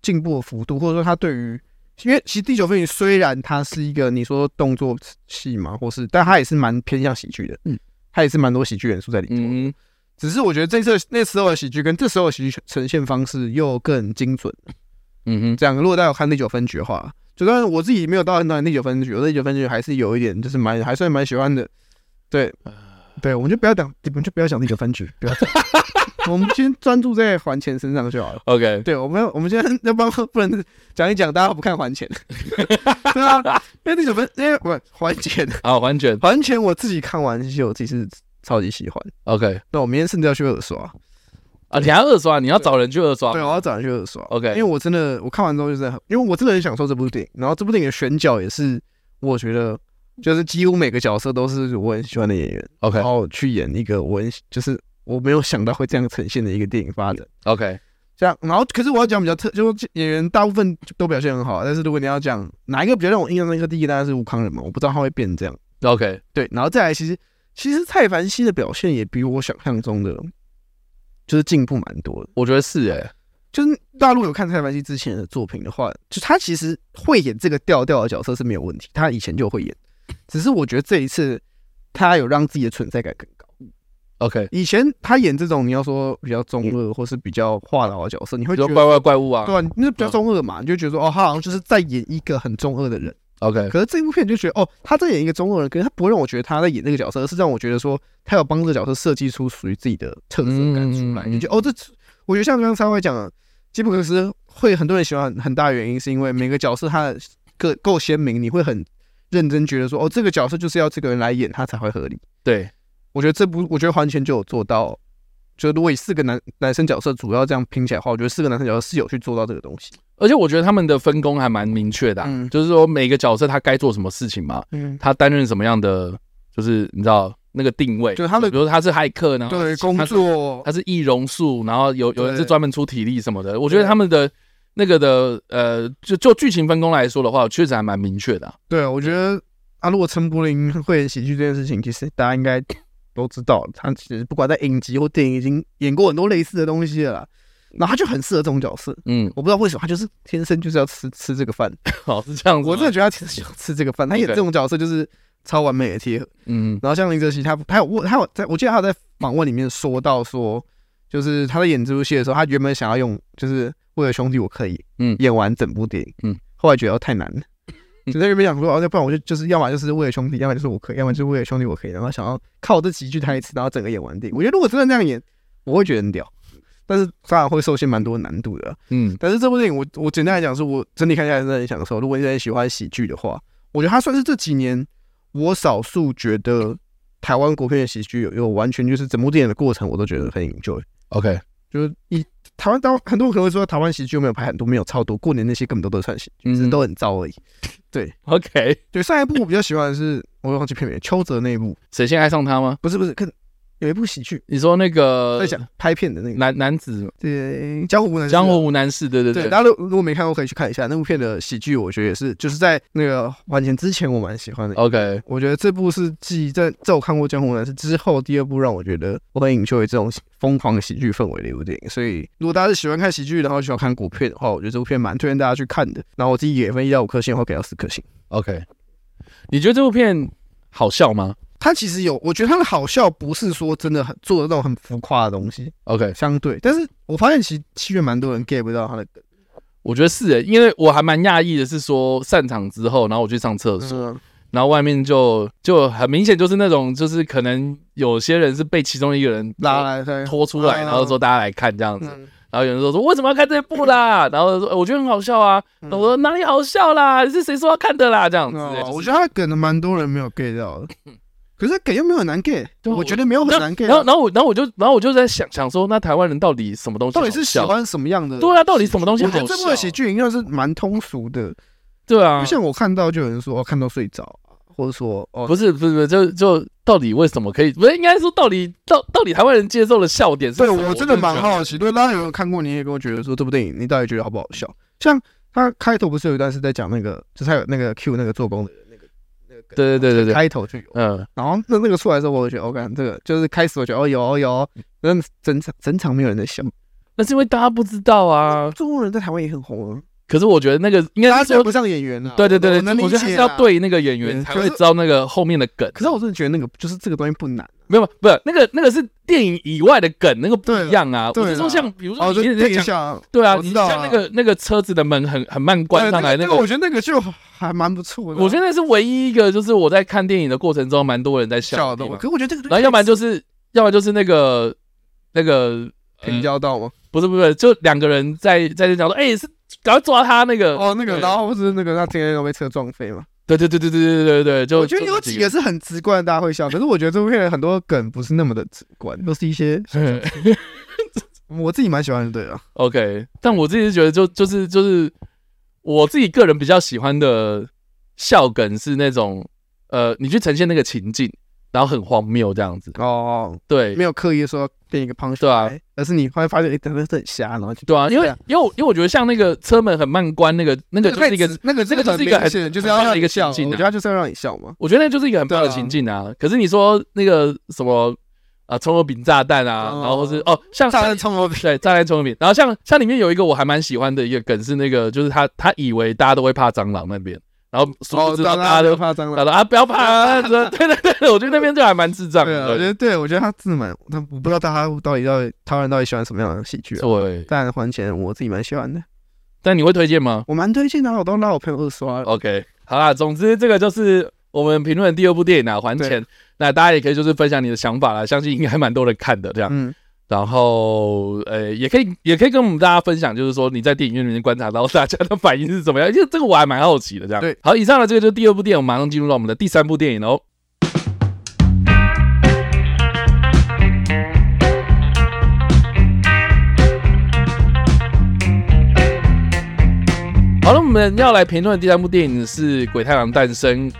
[SPEAKER 2] 进步的幅度，或者说他对于，因为其实《第九分局》虽然它是一个你说动作戏嘛，或是，但它也是蛮偏向喜剧的，
[SPEAKER 1] 嗯，
[SPEAKER 2] 它也是蛮多喜剧元素在里面。
[SPEAKER 1] 嗯嗯
[SPEAKER 2] 只是我觉得这次那时候的喜剧跟这时候的喜剧呈现方式又更精准。
[SPEAKER 1] 嗯
[SPEAKER 2] 这样，如果大家有看《第九分局》的话，就算我自己没有到很讨厌《第九分局》，我对《第九分局》还是有一点，就是蛮还算蛮喜欢的。对，对，我们就不要讲，我们就不要讲《第九分局》，不要讲。我们先专注在还钱身上就好了。
[SPEAKER 1] OK，
[SPEAKER 2] 对，我们要我们现在要不然 不能讲一讲，大家不看还钱，对啊，因为那什么，因为我还钱，
[SPEAKER 1] 好，完全
[SPEAKER 2] 还钱我自己看完，其实我自己是超级喜欢。
[SPEAKER 1] OK
[SPEAKER 2] 那我明天甚至要去二刷，
[SPEAKER 1] 啊，你还要二刷，你要找人去二刷
[SPEAKER 2] 对，啊我要早上去二刷。因为
[SPEAKER 1] ，OK，
[SPEAKER 2] 我真的我看完之后就是很，因为我真的很享受这部电影，然后这部电影的选角也是我觉得就是几乎每个角色都是我很喜欢的演员，
[SPEAKER 1] OK
[SPEAKER 2] 然后去演一个我很就是我没有想到会这样呈现的一个电影发展。
[SPEAKER 1] OK，
[SPEAKER 2] 这样，然后可是我要讲比较特，就是演员大部分都表现很好，但是如果你要讲哪一个比较让我印象深刻，第一个当然是吴康仁嘛，我不知道他会变这样。
[SPEAKER 1] OK，
[SPEAKER 2] 对，然后再来，其实其实蔡凡熙的表现也比我想象中的就是进步蛮多的。
[SPEAKER 1] 我觉得是哎，
[SPEAKER 2] 就是大陆有看蔡凡熙之前的作品的话，就他其实会演这个调调的角色是没有问题，他以前就会演，只是我觉得这一次他有让自己的存在感更高。
[SPEAKER 1] OK，
[SPEAKER 2] 以前他演这种你要说比较中二或是比较话痨的角色，你会
[SPEAKER 1] 比
[SPEAKER 2] 觉
[SPEAKER 1] 如
[SPEAKER 2] 得
[SPEAKER 1] 怪怪怪物啊
[SPEAKER 2] 对啊，你那比较中二嘛，你就觉得说哦，他好像就是在演一个很中二的人。
[SPEAKER 1] ，OK
[SPEAKER 2] 可是这部片就觉得哦，他在演一个中二人，可是他不会让我觉得他在演那个角色，而是让我觉得说他有帮这个角色设计出属于自己的特色感出来。
[SPEAKER 1] 嗯
[SPEAKER 2] 你就哦，这我觉得像刚刚才会讲的，基普克斯会很多人喜欢，很大的原因是因为每个角色他的个够鲜明，你会很认真觉得说哦，这个角色就是要这个人来演，他才会合理。
[SPEAKER 1] 对
[SPEAKER 2] 我觉得这部，我觉得还钱就有做到。就如果以四个男男生角色主要这样拼起来的话，我觉得四个男生角色是有去做到这个东西。
[SPEAKER 1] 而且我觉得他们的分工还蛮明确的啊、
[SPEAKER 2] 嗯
[SPEAKER 1] 就是说每个角色他该做什么事情嘛，
[SPEAKER 2] 嗯，
[SPEAKER 1] 他担任什么样的，就是你知道那个定位，
[SPEAKER 2] 就是他的
[SPEAKER 1] 比如说他是骇客呢，
[SPEAKER 2] 对，工
[SPEAKER 1] 他是
[SPEAKER 2] 作
[SPEAKER 1] 他是易容术，然后有有人是
[SPEAKER 2] 对
[SPEAKER 1] 专门出体力什么的，我觉得
[SPEAKER 2] 对
[SPEAKER 1] 他们的那个的呃，就就剧情分工来说的话，确实还蛮明确的啊、
[SPEAKER 2] 对，我觉得啊，如果陈柏霖会演喜剧这件事情，其实大家应该都知道，他其实不管在影集或电影已经演过很多类似的东西了啦。然后他就很适合这种角色，
[SPEAKER 1] 嗯，
[SPEAKER 2] 我不知道为什么他就是天生就是要吃吃这个饭。
[SPEAKER 1] 好是这样子吗，
[SPEAKER 2] 我真的觉得他天生就是要吃这个饭，他演
[SPEAKER 1] OK
[SPEAKER 2] 这种角色就是超完美的贴合。
[SPEAKER 1] 嗯
[SPEAKER 2] 然后像林则徐，他他有问，他有在我记得他有在访问里面说到说，就是他在演这部戏的时候，他原本想要用就是为了兄弟我可以
[SPEAKER 1] 嗯
[SPEAKER 2] 演完整部电影，
[SPEAKER 1] 嗯，
[SPEAKER 2] 后来觉得太难 了。就在原本想说，哦，要不然我就就是要么就是为了兄弟，要么就是我可以，要么就是为了兄弟我可以，然后想要靠这几句台词，然后整个演完电影。我觉得如果真的那样演，我会觉得很屌，但是当然会受限蛮多难度的啊、
[SPEAKER 1] 嗯
[SPEAKER 2] 但是这部电影我，我简单来讲，是我整体看下来真的很享受。如果你真的喜欢喜剧的话，我觉得它算是这几年我少数觉得台湾国片的喜剧有有完全就是整部电影的过程，我都觉得很 enjoy。
[SPEAKER 1] ，OK，
[SPEAKER 2] 就是以台湾当很多人可能会说台湾喜剧有没有拍很多没有超多，过年那些根本都都算喜剧，
[SPEAKER 1] 嗯
[SPEAKER 2] 只是都很糟而已。
[SPEAKER 1] OK，
[SPEAKER 2] 对，上一部我比较喜欢的是我忘记片名了，邱泽那一部，
[SPEAKER 1] 谁先爱上他吗？
[SPEAKER 2] 不是不是，看有一部喜剧
[SPEAKER 1] 你说那个
[SPEAKER 2] 在讲拍片的那个，
[SPEAKER 1] 男男子
[SPEAKER 2] 对，江湖男士啊
[SPEAKER 1] 江湖无难事，对对
[SPEAKER 2] 啊对，大家如如果没看过，可以去看一下那部片的喜剧，我觉得也是，就是在那个还钱之前，我蛮喜欢的。
[SPEAKER 1] OK，
[SPEAKER 2] 我觉得这部是继在在我看过《江湖男士》之后第二部让我觉得我很 enjoy 这种疯狂喜剧氛围的一部电影。所以，如果大家是喜欢看喜剧，然后喜欢看国片的话，我觉得这部片蛮推荐大家去看的。然后我自己给分一到五颗星，会给到四颗星。
[SPEAKER 1] OK，你觉得这部片好笑吗
[SPEAKER 2] 它其实有，我觉得它的好笑不是说真的很做的那种很浮夸的东西，
[SPEAKER 1] ？OK，
[SPEAKER 2] 相对，但是我发现其实七月蛮多人 get 不到它的梗。
[SPEAKER 1] 我觉得是诶，因为我还蛮讶异的是说散场之后，然后我去上厕所，
[SPEAKER 2] 嗯，
[SPEAKER 1] 然后外面就就很明显就是那种就是可能有些人是被其中一个人
[SPEAKER 2] 拉来对，
[SPEAKER 1] 拖出来，
[SPEAKER 2] 嗯
[SPEAKER 1] 然后说大家来看这样子，
[SPEAKER 2] 嗯
[SPEAKER 1] 然后有人说说为什么要看这部啦？然后说呃我觉得很好笑啊，然后我说哪里好笑啦？是谁说要看的啦？这样子，
[SPEAKER 2] 嗯哦
[SPEAKER 1] 就是
[SPEAKER 2] 我觉得他梗的蛮多人没有 get 到的，可是梗又没有很难 get，
[SPEAKER 1] 对啊
[SPEAKER 2] 我觉得没有很难 get
[SPEAKER 1] 然后
[SPEAKER 2] 到。
[SPEAKER 1] 然后我然后我就然后我就在想想说，那台湾人到底什么东西
[SPEAKER 2] 到底
[SPEAKER 1] 好
[SPEAKER 2] 是喜
[SPEAKER 1] 笑
[SPEAKER 2] 欢什么样的？
[SPEAKER 1] 对啊，到底什么东西
[SPEAKER 2] 我
[SPEAKER 1] 好
[SPEAKER 2] 觉
[SPEAKER 1] 笑？
[SPEAKER 2] 得这部的喜剧应该是蛮通俗的，
[SPEAKER 1] 对啊
[SPEAKER 2] 就，像我看到就有人说哦看到睡着，或者说哦
[SPEAKER 1] 不是不是不是，就就到底为什么可以？不是应该说到底到到底台湾人接受的笑点是什
[SPEAKER 2] 对
[SPEAKER 1] 么？
[SPEAKER 2] 我真的蛮
[SPEAKER 1] 觉得
[SPEAKER 2] 好奇，对，大家有没有看过？你也跟我觉得说这部电影你到底觉得好不好笑？像他开头不是有一段是在讲那个，就是他有那个 Q 那个做工的人那个那个梗
[SPEAKER 1] 对对对对对，
[SPEAKER 2] 开头就有。
[SPEAKER 1] 嗯，
[SPEAKER 2] 然后那那个出来的时候，我就觉得，我、哦、感这个就是开始我觉得哦有哦有哦，但整场整场没有人在笑。
[SPEAKER 1] 那是因为大家不知道啊。
[SPEAKER 2] 中国人在台湾也很红啊，
[SPEAKER 1] 可哎是我觉得那个应该
[SPEAKER 2] 大家
[SPEAKER 1] 是
[SPEAKER 2] 追
[SPEAKER 1] 说，
[SPEAKER 2] 不上演员啊。
[SPEAKER 1] 对对对
[SPEAKER 2] 我
[SPEAKER 1] 对，
[SPEAKER 2] 能理
[SPEAKER 1] 我觉
[SPEAKER 2] 解
[SPEAKER 1] 得还
[SPEAKER 2] 啊
[SPEAKER 1] 是要。对那个演员
[SPEAKER 2] 嗯
[SPEAKER 1] 才
[SPEAKER 2] 可
[SPEAKER 1] 会
[SPEAKER 2] 是
[SPEAKER 1] 知道那个后面的梗。啊
[SPEAKER 2] 可是我真的觉得那个就是这个东西不难
[SPEAKER 1] 没有不是那个那个是电影以外的梗，那个不
[SPEAKER 2] 对
[SPEAKER 1] 一样啊。
[SPEAKER 2] 对
[SPEAKER 1] 我是说
[SPEAKER 2] 啦
[SPEAKER 1] 像比如
[SPEAKER 2] 哦，
[SPEAKER 1] 说
[SPEAKER 2] 就
[SPEAKER 1] 你在
[SPEAKER 2] 对一
[SPEAKER 1] 讲。
[SPEAKER 2] 下
[SPEAKER 1] 对啊，
[SPEAKER 2] 我
[SPEAKER 1] 你
[SPEAKER 2] 知道
[SPEAKER 1] 像
[SPEAKER 2] 啊
[SPEAKER 1] 那个那个车子的门很很慢 关上来那
[SPEAKER 2] 对
[SPEAKER 1] 个
[SPEAKER 2] 个，，我觉得呃那个就还蛮不错的。啊
[SPEAKER 1] 我觉得那是唯一一个，就是我在看电影的过程中，蛮多人在笑
[SPEAKER 2] 笑
[SPEAKER 1] 的
[SPEAKER 2] 的
[SPEAKER 1] 地，方
[SPEAKER 2] 可是我觉得这个，
[SPEAKER 1] 然后要不然就是，要不然就是那个那个
[SPEAKER 2] 平交道吗？
[SPEAKER 1] 不是不是，就两个人在在那讲说，哎、是赶快抓他那个。
[SPEAKER 2] 哦，那个，
[SPEAKER 1] 呃对
[SPEAKER 2] 然后不是那个他今天有被车撞飞吗？
[SPEAKER 1] 对对对对对对对对，就
[SPEAKER 2] 我觉得
[SPEAKER 1] 就
[SPEAKER 2] 有
[SPEAKER 1] 这
[SPEAKER 2] 几个是很直观，大家会笑。可是我觉得这部片很多梗不是那么的直观，都是一些
[SPEAKER 1] 个
[SPEAKER 2] 我自己蛮喜欢的，对啊。
[SPEAKER 1] OK，但我自己是觉得就就是就是我自己个人比较喜欢的笑梗是那种呃，你去呈现那个情境，然后很荒谬这样子。
[SPEAKER 2] 哦，
[SPEAKER 1] 对
[SPEAKER 2] 没有刻意说变一个胖
[SPEAKER 1] 对啊
[SPEAKER 2] 小孩，而是你会发现，哎，真的是很瞎，然后就
[SPEAKER 1] 对啊，因为
[SPEAKER 2] 对啊
[SPEAKER 1] 因为我因为我觉得像那个车门很慢关那个那个就是一个，
[SPEAKER 2] 那个
[SPEAKER 1] 这个
[SPEAKER 2] 很
[SPEAKER 1] 就是一个
[SPEAKER 2] 明
[SPEAKER 1] 很
[SPEAKER 2] 显就是
[SPEAKER 1] 很
[SPEAKER 2] 要
[SPEAKER 1] 棒的
[SPEAKER 2] 让
[SPEAKER 1] 一个
[SPEAKER 2] 你笑，我
[SPEAKER 1] 情境啊
[SPEAKER 2] 觉得他就是要让你笑嘛。
[SPEAKER 1] 我觉得那就是一个很棒的
[SPEAKER 2] 对啊
[SPEAKER 1] 情境啊。可是你说那个什么啊，葱油饼炸弹啊，
[SPEAKER 2] 哦
[SPEAKER 1] 然后或是哦像
[SPEAKER 2] 炸弹葱油饼，
[SPEAKER 1] 对，炸弹葱饼。然后像像里面有一个我还蛮喜欢的一个梗是那个，就是他他以为大家都会怕蟑螂那边，然后殊不
[SPEAKER 2] 哦，
[SPEAKER 1] 知
[SPEAKER 2] 大
[SPEAKER 1] 道
[SPEAKER 2] 家
[SPEAKER 1] 大家
[SPEAKER 2] 都
[SPEAKER 1] 都
[SPEAKER 2] 怕蟑
[SPEAKER 1] 打
[SPEAKER 2] 螂。
[SPEAKER 1] 到啊，不要怕啊！这 对对对，我觉得那边就还蛮智障
[SPEAKER 2] 对啊，
[SPEAKER 1] 的。
[SPEAKER 2] 我觉得对，我觉得他自满，他我不知道大家到底到底台湾人到底喜欢什么样的喜剧啊。
[SPEAKER 1] 对，
[SPEAKER 2] 但还钱，我自己蛮喜欢的，
[SPEAKER 1] 但你会推荐吗
[SPEAKER 2] 我蛮推荐的啊，我都拉我朋友二刷了。
[SPEAKER 1] ？OK，好啦，总之这个就是我们评论的第二部电影啊，《还钱》。那大家也可以就是分享你的想法啦，相信应该蛮多人看的这样。
[SPEAKER 2] 嗯，
[SPEAKER 1] 然后呃，也可以也可以跟我们大家分享，就是说你在电影院里面观察到大家的反应是怎么样，因为这个我还蛮好奇的这样。
[SPEAKER 2] 对，
[SPEAKER 1] 好，以上的这个就是第二部电影，我们马上进入到我们的第三部电影哦。好了，我们要来评论的第三部电影是《鬼太郎诞生》，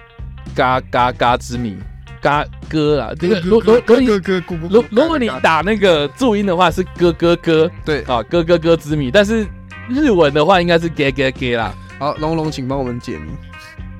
[SPEAKER 1] 嘎嘎嘎之谜，嘎哥啊，这个罗罗罗
[SPEAKER 2] 哥哥姑姑，
[SPEAKER 1] 如如果你打那个注音的话是咯咯咯
[SPEAKER 2] 对，
[SPEAKER 1] 啊，咯咯咯之谜，但是日文的话应该是 ga ga ga 啦，
[SPEAKER 2] 好，龙龙，请帮我们解谜。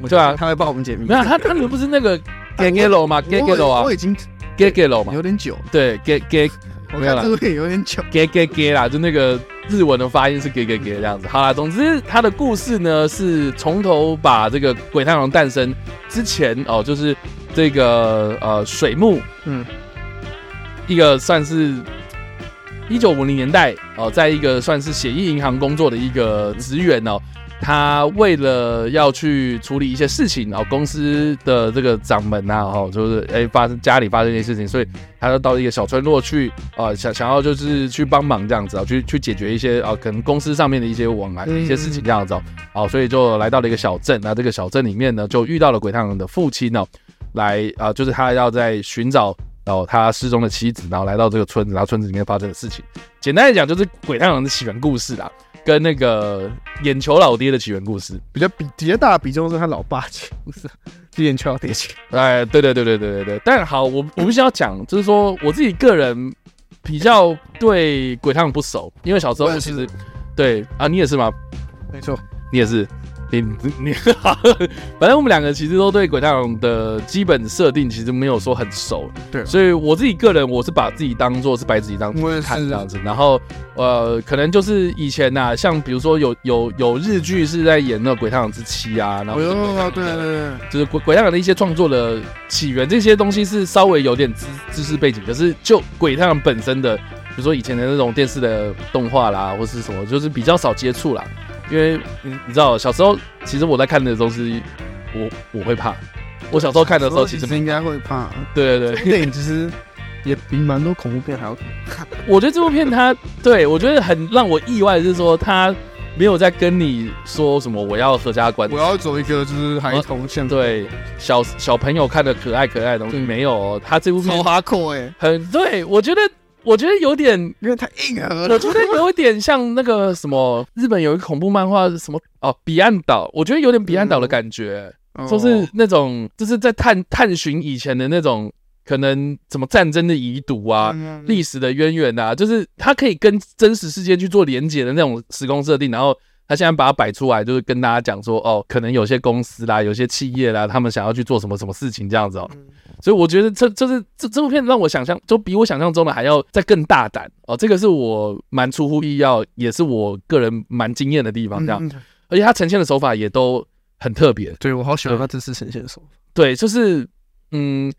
[SPEAKER 1] 对啊，
[SPEAKER 2] 他会帮我们解谜。
[SPEAKER 1] 没有他他们不是那个 ga ga 楼吗？ga ga 楼啊
[SPEAKER 2] 我已经
[SPEAKER 1] ，ga ga 楼嘛，
[SPEAKER 2] 有点久了，
[SPEAKER 1] 对 ga ga
[SPEAKER 2] 我
[SPEAKER 1] 没有
[SPEAKER 2] 看
[SPEAKER 1] 啦
[SPEAKER 2] 这部片有点久。
[SPEAKER 1] ga ga ga 啦，就那个日文的发音是 ga ga ga 这样子。好啦，总之他的故事呢是从头把这个鬼太郎诞生之前哦，就是这个呃水木
[SPEAKER 2] 嗯，
[SPEAKER 1] 一个算是一九五零年代哦，在一个算是协议银行工作的一个职员哦，他为了要去处理一些事情哦，公司的这个掌门啊，哦，就是哎、发生家里发生一些事情，所以他就到一个小村落去啊、呃想想要就是去帮忙这样子啊、去去解决一些啊、可能公司上面的一些往来的一些事情这样子哦，哦，所以就来到了一个小镇，那这个小镇里面呢，就遇到了鬼太郎的父亲哦，来啊、就是他要在寻找哦他失踪的妻子，然后来到这个村子，然后村子里面发生的事情。简单来讲，就是鬼太郎的起源故事啦，跟那个眼球老爹的起源故事。
[SPEAKER 2] 比较比比较大的比重是他老爸去，不是之前缺少点钱。
[SPEAKER 1] 哎，对对对对对对对。但好，我我必须要讲，就是说我自己个人比较对鬼太郎不熟，因为小时候
[SPEAKER 2] 我也
[SPEAKER 1] 其
[SPEAKER 2] 是
[SPEAKER 1] 实对啊，你也是吗？
[SPEAKER 2] 没错，
[SPEAKER 1] 你也是，你你你，反正我们两个其实都对鬼太郎的基本设定其实没有说很熟，
[SPEAKER 2] 对
[SPEAKER 1] 所以我自己个人我是把自己当做是白纸一张
[SPEAKER 2] 我也
[SPEAKER 1] 看
[SPEAKER 2] 是
[SPEAKER 1] 这样子，然后呃，可能就是以前呐、像比如说有有有日剧是在演那个《鬼太郎之妻》啊，然后
[SPEAKER 2] 我又对对对，
[SPEAKER 1] 就是鬼鬼太郎的一些创作的起源，这些东西是稍微有点知知识背景，可是就鬼太郎本身的，比如说以前的那种电视的动画啦，或是什么，就是比较少接触啦。因为你你知道，小时候其实我在看的东西，我我会怕。我小时候看的时候，其实
[SPEAKER 2] 应该会 怕。
[SPEAKER 1] 对对对，
[SPEAKER 2] 电影其实也比蛮多恐怖片还要恐怖。
[SPEAKER 1] 我觉得这部片它对我觉得很让我意外的是说，它没有在跟你说什么我要合家观，
[SPEAKER 2] 我要走一个就是孩童向
[SPEAKER 1] 对小小朋友看的可爱可爱的东西
[SPEAKER 2] 对
[SPEAKER 1] 没有、哦，它这部片
[SPEAKER 2] 超哈扣哎，
[SPEAKER 1] 很对，我觉得，我觉得有点，
[SPEAKER 2] 因为太硬核
[SPEAKER 1] 我
[SPEAKER 2] 了。
[SPEAKER 1] 觉得有点像那个什么，日本有一个恐怖漫画，什么哦，彼岸岛，我觉得有点彼岸岛的感觉，
[SPEAKER 2] 哦嗯
[SPEAKER 1] 就是那种，就是在探探寻以前的那种，可能什么战争的遗毒
[SPEAKER 2] 嗯
[SPEAKER 1] 啊。历史的渊源啊，就是它可以跟真实世界去做连接的那种时空设定，然后他现在把它摆出来，就是跟大家讲说，哦，可能有些公司啦，有些企业啦，他们想要去做什么什么事情这样子哦。所以我觉得这就是这这部片让我想象，就比我想象中的还要再更大胆哦。这个是我蛮出乎意料，也是我个人蛮惊艳的地方。这样，
[SPEAKER 2] 嗯
[SPEAKER 1] 而且它呈现的手法也都很特别。
[SPEAKER 2] 对我好喜欢他这次呈现的手法。
[SPEAKER 1] 对，就是嗯，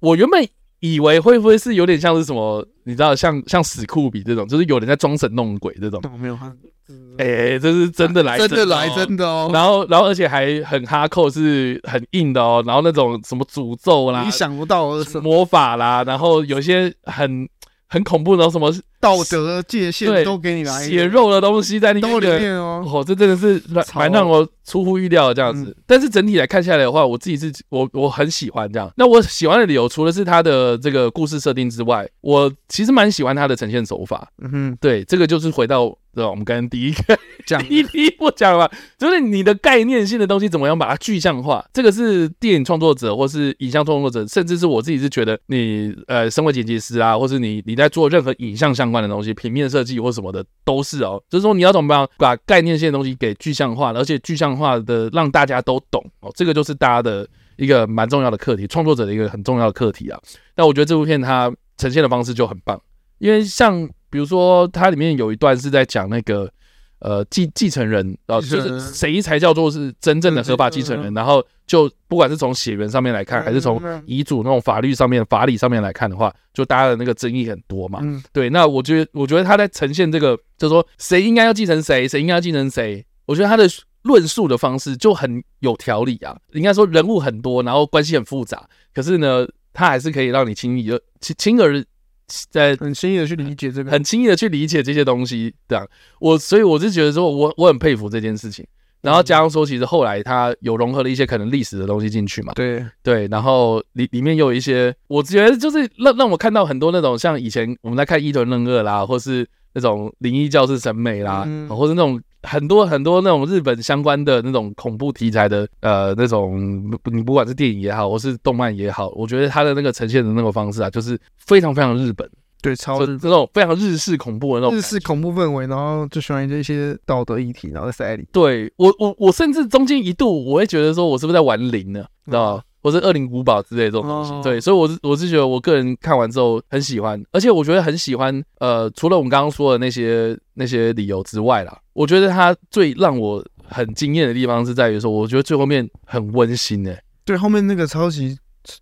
[SPEAKER 1] 我原本以为会不会是有点像是什么，你知道，像像死酷比这种，就是有人在装神弄鬼这种。
[SPEAKER 2] 我没有看，
[SPEAKER 1] 哎、这是真的来
[SPEAKER 2] 啊真的
[SPEAKER 1] 哦
[SPEAKER 2] 来真的哦。
[SPEAKER 1] 然后，然后，而且还很哈扣，是很硬的哦。然后那种什么诅咒啦
[SPEAKER 2] 你、想不到我的什么？
[SPEAKER 1] 魔法啦，然后有些很很恐怖的什么
[SPEAKER 2] 道德界限
[SPEAKER 1] 对
[SPEAKER 2] 都给你来
[SPEAKER 1] 血肉的东西在那
[SPEAKER 2] 都里
[SPEAKER 1] 个。
[SPEAKER 2] 面哦。
[SPEAKER 1] 哦，这真的是蛮
[SPEAKER 2] 超嗯
[SPEAKER 1] 蛮让我出乎预料的这样子，但是整体来看下来的话，我自己是我我很喜欢这样。那我喜欢的理由，除了是它的这个故事设定之外，我其实蛮喜欢它的呈现手法。
[SPEAKER 2] 嗯哼，
[SPEAKER 1] 对，这个就是回到对吧我们刚刚第一个
[SPEAKER 2] 讲
[SPEAKER 1] 第一题我讲了吧，就是你的概念性的东西怎么样把它具象化，这个是电影创作者或是影像创作者，甚至是我自己是觉得你呃，身为剪辑师啊，或是你你在做任何影像相关的东西，平面设计或什么的都是哦，就是说你要怎么样把概念性的东西给具象化，而且具象化的让大家都懂哦，这个就是大家的一个蛮重要的课题，创作者的一个很重要的课题啊。那我觉得这部片它呈现的方式就很棒，因为像比如说它里面有一段是在讲那个呃继继承人啊、呃
[SPEAKER 2] 继承
[SPEAKER 1] 就
[SPEAKER 2] 人嗯
[SPEAKER 1] 是谁才叫做是真正的合法继承人，然后就不管是从血缘上面来看，还是从遗嘱那种法律上面、法理上面来看的话，就大家的那个争议很多嘛。
[SPEAKER 2] 嗯
[SPEAKER 1] 对，那我觉得，我觉得他在呈现这个，就是说谁应该要继承谁，谁应该要继承谁，我觉得他的论述的方式就很有条理啊。应该说人物很多，然后关系很复杂，可是呢，他还是可以让你轻易的、轻轻而在
[SPEAKER 2] 很轻易的去理解这个，
[SPEAKER 1] 很轻易的去理解这些东西。这样，我所以我是觉得说我我很佩服这件事情。然后加上说，其实后来他有融合了一些可能历史的东西进去嘛，
[SPEAKER 2] 对，
[SPEAKER 1] 对，然后里里面又有一些，我觉得就是让让我看到很多那种像以前我们在看伊藤润二啦，或是那种灵异教室审美啦，
[SPEAKER 2] 嗯
[SPEAKER 1] 或是那种很多很多那种日本相关的那种恐怖题材的呃那种，不你不管是电影也好，或是动漫也好，我觉得它的那个呈现的那个方式啊，就是非常非常日本，
[SPEAKER 2] 对，超
[SPEAKER 1] 就
[SPEAKER 2] 日
[SPEAKER 1] 那种非常日式恐怖的那种
[SPEAKER 2] 日式恐怖氛围，然后就喜欢这些道德议题，然后在塞里，
[SPEAKER 1] 对我，我我甚至中间一度我会觉得说，我是不是在玩零呢？你知道吗？或是恶灵古堡之类的这种东西。
[SPEAKER 2] 嗯哦
[SPEAKER 1] 对，所以我是我是觉得我个人看完之后很喜欢，而且我觉得很喜欢。呃，除了我们刚刚说的那些那些理由之外啦，我觉得它最让我很惊艳的地方是在于说，我觉得最后面很温馨欸诶、
[SPEAKER 2] 对，后面那个超级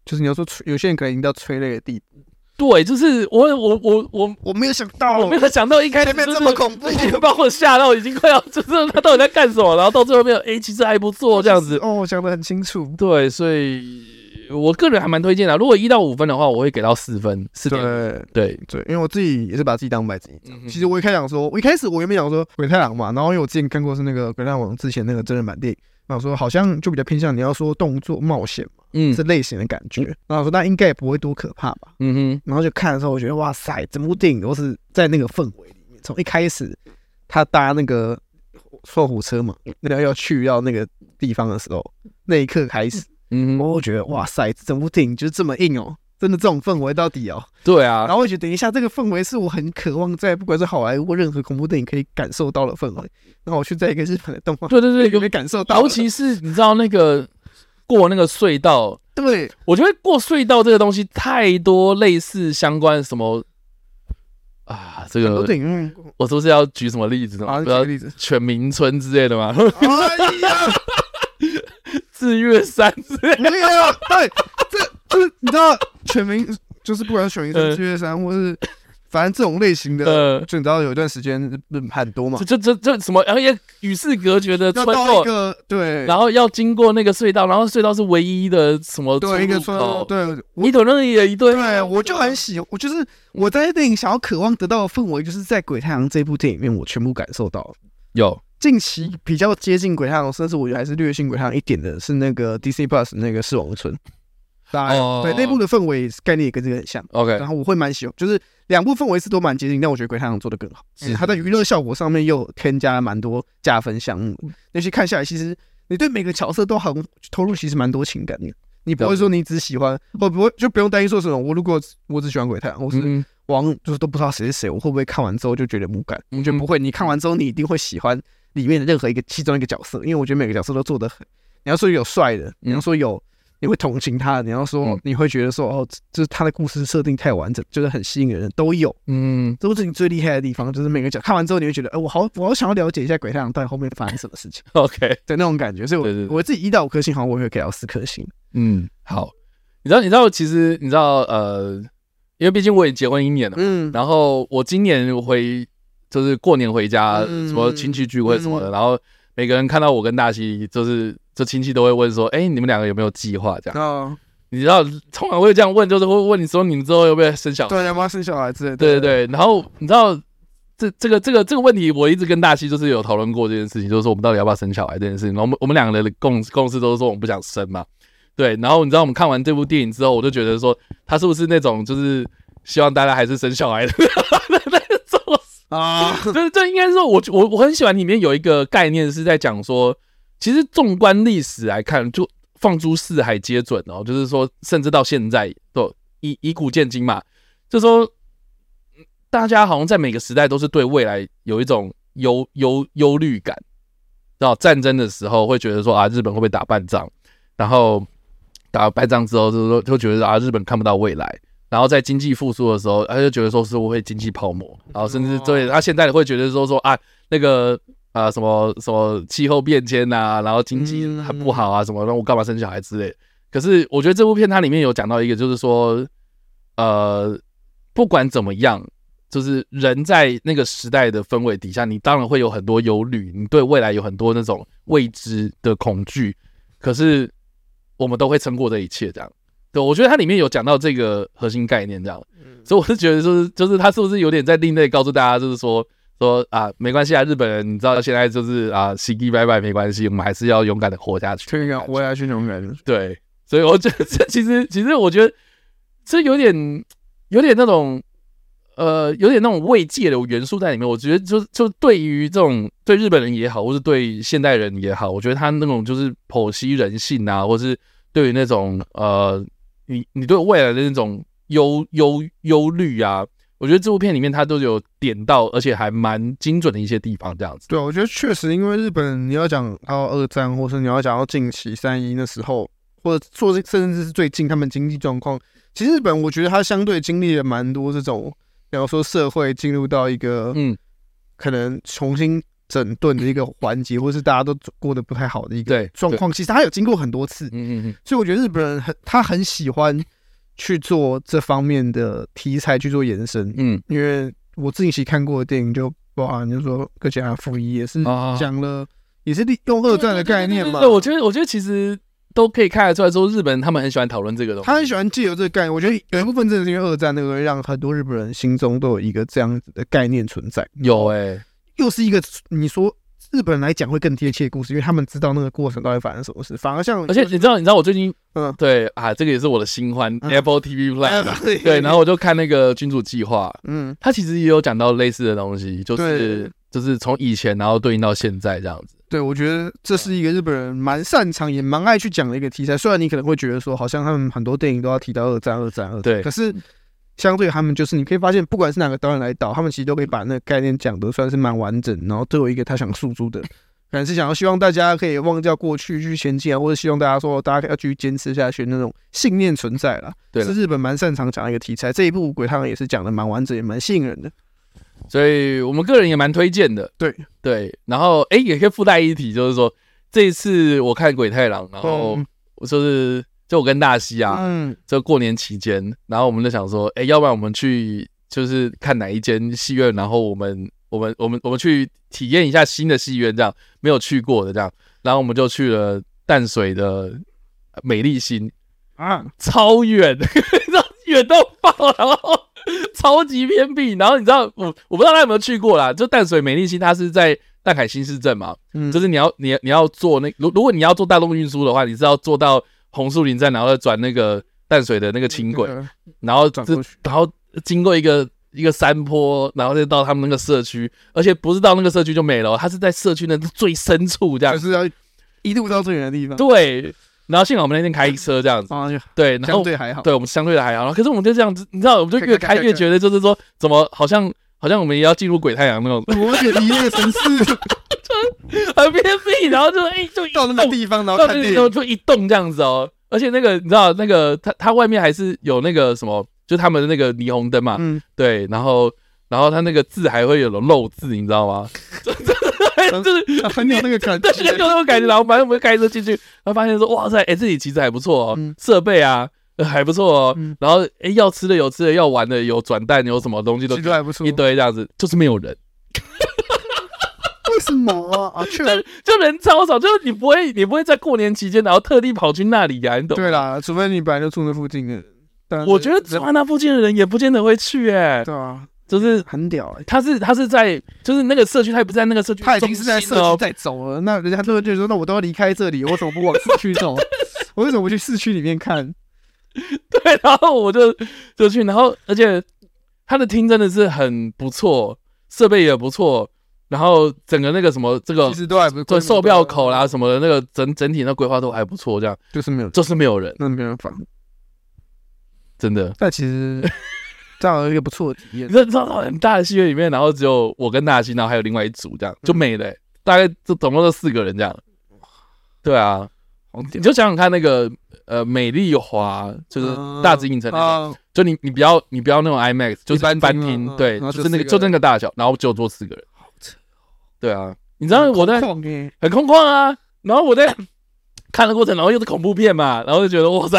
[SPEAKER 2] 就是你要说催有些人可能已经到催泪的地步，
[SPEAKER 1] 对，就是我我我我
[SPEAKER 2] 我没有想到
[SPEAKER 1] 我没有想到一开始
[SPEAKER 2] 前面
[SPEAKER 1] 就是
[SPEAKER 2] 这么恐怖
[SPEAKER 1] 已经把我吓到，已经快要就是他到底在干什么，然后到最后面，哎、其实还不错这样子。
[SPEAKER 2] 哦，讲的很清楚，
[SPEAKER 1] 对，所以我个人还蛮推荐的。如果一到五分的话，我会给到四分，四点五。
[SPEAKER 2] 对
[SPEAKER 1] 对，
[SPEAKER 2] 对，因为我自己也是把自己当白纸。
[SPEAKER 1] 嗯
[SPEAKER 2] 其实我一开始想说，我一开始我原本想说鬼太郎嘛，然后因为我之前看过是那个鬼太郎之前那个真人版电影，然后我说好像就比较偏向你要说动作冒险嘛
[SPEAKER 1] 嗯
[SPEAKER 2] 这类型的感觉，然后我说那应该也不会多可怕吧，
[SPEAKER 1] 嗯哼，
[SPEAKER 2] 然后就看的时候，我觉得哇塞，整部电影都是在那个氛围里面，从一开始他搭那个坐火车嘛，然后要去到那个地方的时候，那一刻开始，
[SPEAKER 1] 嗯哼，
[SPEAKER 2] 我会觉得哇塞，整部电影就是这么硬哦。真的这种氛围到底哦，
[SPEAKER 1] 对
[SPEAKER 2] 然
[SPEAKER 1] 啊，
[SPEAKER 2] 后我觉得等一下这个氛围是我很渴望在不管是好莱坞或任何恐怖电影可以感受到的氛围，然后我去在一个日本的动画
[SPEAKER 1] 对对对，
[SPEAKER 2] 有
[SPEAKER 1] 有
[SPEAKER 2] 没，有感受到了？
[SPEAKER 1] 尤其是你知道那个过那个隧道，
[SPEAKER 2] 对
[SPEAKER 1] 我觉得过隧道这个东西太多类似相关什么啊，这
[SPEAKER 2] 很多
[SPEAKER 1] 个
[SPEAKER 2] 电影
[SPEAKER 1] 我是不是要举什么例子呢？
[SPEAKER 2] 啊，
[SPEAKER 1] 不
[SPEAKER 2] 举
[SPEAKER 1] 要
[SPEAKER 2] 个例子，
[SPEAKER 1] 全民村之类的吗？
[SPEAKER 2] 哎呀，
[SPEAKER 1] 日月山之类的，
[SPEAKER 2] 没有，对，这就是你知道，全民就是不管是全民山、七月山，或是反正这种类型的，
[SPEAKER 1] 呃，
[SPEAKER 2] 就你知道有一段时间日本很多嘛，
[SPEAKER 1] 这这这这什么，然后也与世隔绝的
[SPEAKER 2] 要
[SPEAKER 1] 村
[SPEAKER 2] 到
[SPEAKER 1] 落
[SPEAKER 2] 一，个对，
[SPEAKER 1] 然后要经过那个隧道，然后隧道是唯一的什么出入口
[SPEAKER 2] 对一个村落，对我
[SPEAKER 1] 你懂那也一堆，
[SPEAKER 2] 对我就很喜，我就是我在电影想要渴望得到的氛围，就是在《鬼太阳》这部电影里面，我全部感受到了。
[SPEAKER 1] 有，
[SPEAKER 2] 近期比较接近《鬼太阳》，甚至我觉得还是略逊《鬼太阳》一点的是那个 DC Plus 那个《四王村》，当然
[SPEAKER 1] 哦
[SPEAKER 2] 对内部的氛围概念也跟这个很像。
[SPEAKER 1] OK，
[SPEAKER 2] 然后我会蛮喜欢，就是两部氛围是都蛮接近，但我觉得《鬼太郎》做的更好，
[SPEAKER 1] 是
[SPEAKER 2] 它在娱乐效果上面又添加了蛮多加分项目。
[SPEAKER 1] 嗯
[SPEAKER 2] 那些看下来，其实你对每个角色都很投入，其实蛮多情感的。你不会说你只喜欢，或不会就不用担心说什么。我如果我只喜欢鬼太郎，我是
[SPEAKER 1] 嗯，
[SPEAKER 2] 王，就是都不知道谁是谁，我会不会看完之后就觉得无感？
[SPEAKER 1] 我觉得
[SPEAKER 2] 不会，你看完之后你一定会喜欢里面的任何一个其中一个角色，因为我觉得每个角色都做得很。你要说有帅的，你要说有你会同情他的，你要说
[SPEAKER 1] 嗯
[SPEAKER 2] 你会觉得说哦，这就是他的故事设定太完整，就是很吸引人，都有。
[SPEAKER 1] 嗯，
[SPEAKER 2] 这是你最厉害的地方，就是每个角看完之后你会觉得，哎、我好，我好想要了解一下鬼太郎到底后面发生什么事情
[SPEAKER 1] OK，
[SPEAKER 2] 的那种感觉。所以我，
[SPEAKER 1] 对对对
[SPEAKER 2] 我自己一到五颗星，好像我也会给到四颗星。
[SPEAKER 1] 嗯，好，你知道，你知道，其实你知道，呃，因为毕竟我也结婚一年了嘛，
[SPEAKER 2] 嗯，
[SPEAKER 1] 然后我今年回就是过年回家，
[SPEAKER 2] 嗯
[SPEAKER 1] 什么亲戚聚会什么的，然后每个人看到我跟大西，就是这亲戚都会问说，哎，你们两个有没有计划这样？
[SPEAKER 2] 哦，
[SPEAKER 1] 你知道通常会这样问，就是会问你说你们之后有没有生小孩？
[SPEAKER 2] 对，要不要生小孩之类的。
[SPEAKER 1] 对对对，然后你知道这这个这个这个问题，我一直跟大西就是有讨论过这件事情，就是说我们到底要不要生小孩这件事情。然后我们我们两个人的共共识都是说我们不想生嘛，对。然后你知道我们看完这部电影之后，我就觉得说他是不是那种就是希望大家还是生小孩的 那种
[SPEAKER 2] 啊，
[SPEAKER 1] 对，这应该是说我我我很喜欢里面有一个概念是在讲说，其实纵观历史来看，就放诸四海皆准哦，就是说，甚至到现在都以以古鉴今嘛，就说嗯大家好像在每个时代都是对未来有一种忧忧忧虑感，然后战争的时候会觉得说啊，日本会不会打败仗，然后打败仗之后就是说就觉得啊，日本看不到未来。然后在经济复苏的时候，他就觉得说是不会经济泡沫，然后甚至对他现在会觉得说说啊那个啊、什么什么气候变迁啊，然后经济
[SPEAKER 2] 嗯
[SPEAKER 1] 很不好啊什么，那我干嘛生小孩之类的。可是我觉得这部片它里面有讲到一个，就是说呃不管怎么样，就是人在那个时代的氛围底下，你当然会有很多忧虑，你对未来有很多那种未知的恐惧。可是我们都会撑过这一切，这样。对，我觉得它里面有讲到这个核心概念，这样。所以我是觉得，就是就是他是不是有点在另类告诉大家，就是说说啊，没关系啊，日本人，你知道现在就是啊，喜极拜拜没关系，我们还是要勇敢的活下去。
[SPEAKER 2] 这个活下去那种感觉。
[SPEAKER 1] 对，所以我觉得这其实其实我觉得这有点有点那种呃有点那种慰藉的元素在里面。我觉得就就对于这种对日本人也好，或是对现代人也好，我觉得他那种就是剖析人性啊，或是对于那种呃你你对未来的那种忧忧忧虑啊。我觉得这部片里面他都有点到，而且还蛮精准的一些地方，这样子。
[SPEAKER 2] 对，啊我觉得确实，因为日本你要讲到二战，或是你要讲到近期三一那时候，或者说甚至是最近他们经济状况，其实日本我觉得它相对经历了蛮多这种，比方说社会进入到一个
[SPEAKER 1] 嗯，
[SPEAKER 2] 可能重新整顿的一个环节，或是大家都过得不太好的一个
[SPEAKER 1] 对，
[SPEAKER 2] 状
[SPEAKER 1] 对，
[SPEAKER 2] 况，其实它有经过很多次，
[SPEAKER 1] 嗯嗯嗯，
[SPEAKER 2] 所以我觉得日本人很他很喜欢去做这方面的题材去做延伸，
[SPEAKER 1] 嗯
[SPEAKER 2] 因为我自己看过的电影就包含，就说《哥吉拉负一》也是
[SPEAKER 1] 啊
[SPEAKER 2] 讲了，也是利用二战的概念嘛
[SPEAKER 1] 对，。我觉得，我觉得其实都可以看得出来，说日本人他们很喜欢讨论这个东西。
[SPEAKER 2] 他很喜欢借由这个概念，我觉得有一部分真的是因为二战那个，让很多日本人心中都有一个这样子的概念存在。
[SPEAKER 1] 有哎、
[SPEAKER 2] 又是一个你说日本人来讲会更贴切的故事，因为他们知道那个过程到底发生什么事。反而像
[SPEAKER 1] 而且你知道，你知道我最近
[SPEAKER 2] 嗯
[SPEAKER 1] 对啊，这个也是我的新欢、
[SPEAKER 2] 嗯
[SPEAKER 1] Apple TV Plus，、
[SPEAKER 2] 对
[SPEAKER 1] 啊对，然后我就看那个君主计划，
[SPEAKER 2] 嗯，
[SPEAKER 1] 它其实也有讲到类似的东西，就是
[SPEAKER 2] 对
[SPEAKER 1] 就是从以前然后对应到现在这样子。
[SPEAKER 2] 对，我觉得这是一个日本人蛮擅长也蛮爱去讲的一个题材。虽然你可能会觉得说，好像他们很多电影都要提到二战、二战、二战，
[SPEAKER 1] 对嗯
[SPEAKER 2] 可是相对他们就是你可以发现，不管是哪个导演来导，他们其实都可以把那个概念讲得算是蛮完整，然后都有一个他想诉诸的，可能是想要希望大家可以忘掉过去去前进啊，或者希望大家说大家要继续坚持下去那种信念存在啦。
[SPEAKER 1] 对了
[SPEAKER 2] 是日本蛮擅长讲一个题材。这一部《鬼太郎》也是讲的蛮完整，也蛮吸引人的。
[SPEAKER 1] 所以我们个人也蛮推荐的。
[SPEAKER 2] 对
[SPEAKER 1] 对，然后哎、也可以附带一提，就是说这一次我看鬼太郎，然后
[SPEAKER 2] 嗯
[SPEAKER 1] 我就是就我跟大西啊，
[SPEAKER 2] 嗯，
[SPEAKER 1] 这过年期间，然后我们就想说，哎，要不然我们去就是看哪一间戏院，然后我们我们我们我们去体验一下新的戏院，这样没有去过的这样，然后我们就去了淡水的美丽新，
[SPEAKER 2] 啊，
[SPEAKER 1] 超远， 你知道远到爆，然后超级偏僻，然后你知道我我不知道他有没有去过啦，就淡水美丽新，它是在淡海新市镇嘛，
[SPEAKER 2] 嗯
[SPEAKER 1] 就是你要你你要坐那如如果你要坐大众运输的话，你是要坐到红树林站，然后再转那个淡水的那个轻轨，
[SPEAKER 2] 那个
[SPEAKER 1] 然后
[SPEAKER 2] 嗯转
[SPEAKER 1] 这
[SPEAKER 2] 过去
[SPEAKER 1] 然后经过一个一个山坡，然后再到他们那个社区，而且不是到那个社区就没了哦，它是在社区的最深处这样
[SPEAKER 2] 就。是要一路到最远的地方。
[SPEAKER 1] 对，然后幸好我们那天开车这样子，
[SPEAKER 2] 啊，就
[SPEAKER 1] 对，然后
[SPEAKER 2] 相对还好。
[SPEAKER 1] 对我们相对的还好，然后可是我们就这样子，你知道，我们就越
[SPEAKER 2] 开开
[SPEAKER 1] 开
[SPEAKER 2] 开
[SPEAKER 1] 越
[SPEAKER 2] 开
[SPEAKER 1] 觉得就是说，怎么好像好像我们也要进入鬼太阳那种
[SPEAKER 2] 我也离那个城市
[SPEAKER 1] 很偏僻，然后就哎、就一
[SPEAKER 2] 到那个
[SPEAKER 1] 栋
[SPEAKER 2] 地方，然后
[SPEAKER 1] 到
[SPEAKER 2] 看
[SPEAKER 1] 那
[SPEAKER 2] 电
[SPEAKER 1] 里就
[SPEAKER 2] 影，
[SPEAKER 1] 就一栋这样子哦，而且那个你知道那个它它外面还是有那个什么，就他们的那个霓虹灯嘛，
[SPEAKER 2] 嗯，
[SPEAKER 1] 对，然后然后它那个字还会有漏字，你知道吗？
[SPEAKER 2] 嗯
[SPEAKER 1] 就是
[SPEAKER 2] 很啊有那个感觉
[SPEAKER 1] 对，。就那种感觉。然后反正我们开车进去，然后发现说，哇塞，哎、这里其实还不错哦，
[SPEAKER 2] 嗯
[SPEAKER 1] 设备啊、呃还不错哦，
[SPEAKER 2] 嗯
[SPEAKER 1] 然后哎、要吃的有吃的，要玩的有转蛋，有什么东西都
[SPEAKER 2] 其实还不错
[SPEAKER 1] 一，堆这样子，就是没有人。
[SPEAKER 2] 为什么啊？去了，
[SPEAKER 1] 就人超少，就是你不会，你不会在过年期间，然后特地跑去那里呀、你懂？
[SPEAKER 2] 对啦，除非你本来就住那附近的。但
[SPEAKER 1] 我觉得住
[SPEAKER 2] 人
[SPEAKER 1] 在那附近的人也不见得会去、哎，
[SPEAKER 2] 对啊，
[SPEAKER 1] 就是
[SPEAKER 2] 很屌欸
[SPEAKER 1] 他是他是在就是那个社区，他也不是在那个社区中心
[SPEAKER 2] 他
[SPEAKER 1] 哦，
[SPEAKER 2] 已经是在社区在走了，那人家就会觉得说，那我都要离开这里，我怎么不往市 区走？我为什么不去市区里面看？
[SPEAKER 1] 对，然后我就就去，然后而且他的厅真的是很不错，设备也不错，然后整个那个什么这个
[SPEAKER 2] 其实都还不是
[SPEAKER 1] 对售票口
[SPEAKER 2] 啦，
[SPEAKER 1] 啦什么的那个整整体那规划都还不错，这样
[SPEAKER 2] 就是没有，
[SPEAKER 1] 就是没有人，
[SPEAKER 2] 那没办法。
[SPEAKER 1] 真的。
[SPEAKER 2] 但其 实这样有一个不错的体验
[SPEAKER 1] 你。知道很大的戏院里面，然后只有我跟大西，然后还有另外一组这样
[SPEAKER 2] 嗯
[SPEAKER 1] 就没了欸、大概就总共就四个人这样。对啊，
[SPEAKER 2] 好屌
[SPEAKER 1] 你就想想看那个呃美丽华，就是
[SPEAKER 2] 嗯
[SPEAKER 1] 大直影城那个
[SPEAKER 2] 啊！
[SPEAKER 1] 就你你不要你不要那种 IMAX，就是
[SPEAKER 2] 般
[SPEAKER 1] 班
[SPEAKER 2] 厅
[SPEAKER 1] 厅，
[SPEAKER 2] 嘛嗯
[SPEAKER 1] 对，
[SPEAKER 2] 然后
[SPEAKER 1] 就
[SPEAKER 2] 就是
[SPEAKER 1] 那个
[SPEAKER 2] 四个
[SPEAKER 1] 就那个大小，然后就坐四个人，好
[SPEAKER 2] 扯
[SPEAKER 1] 对啊，你知道我在
[SPEAKER 2] 很空旷欸
[SPEAKER 1] 很空旷啊，然后我在 看的过程，然后又是恐怖片嘛，然后就觉得哇塞，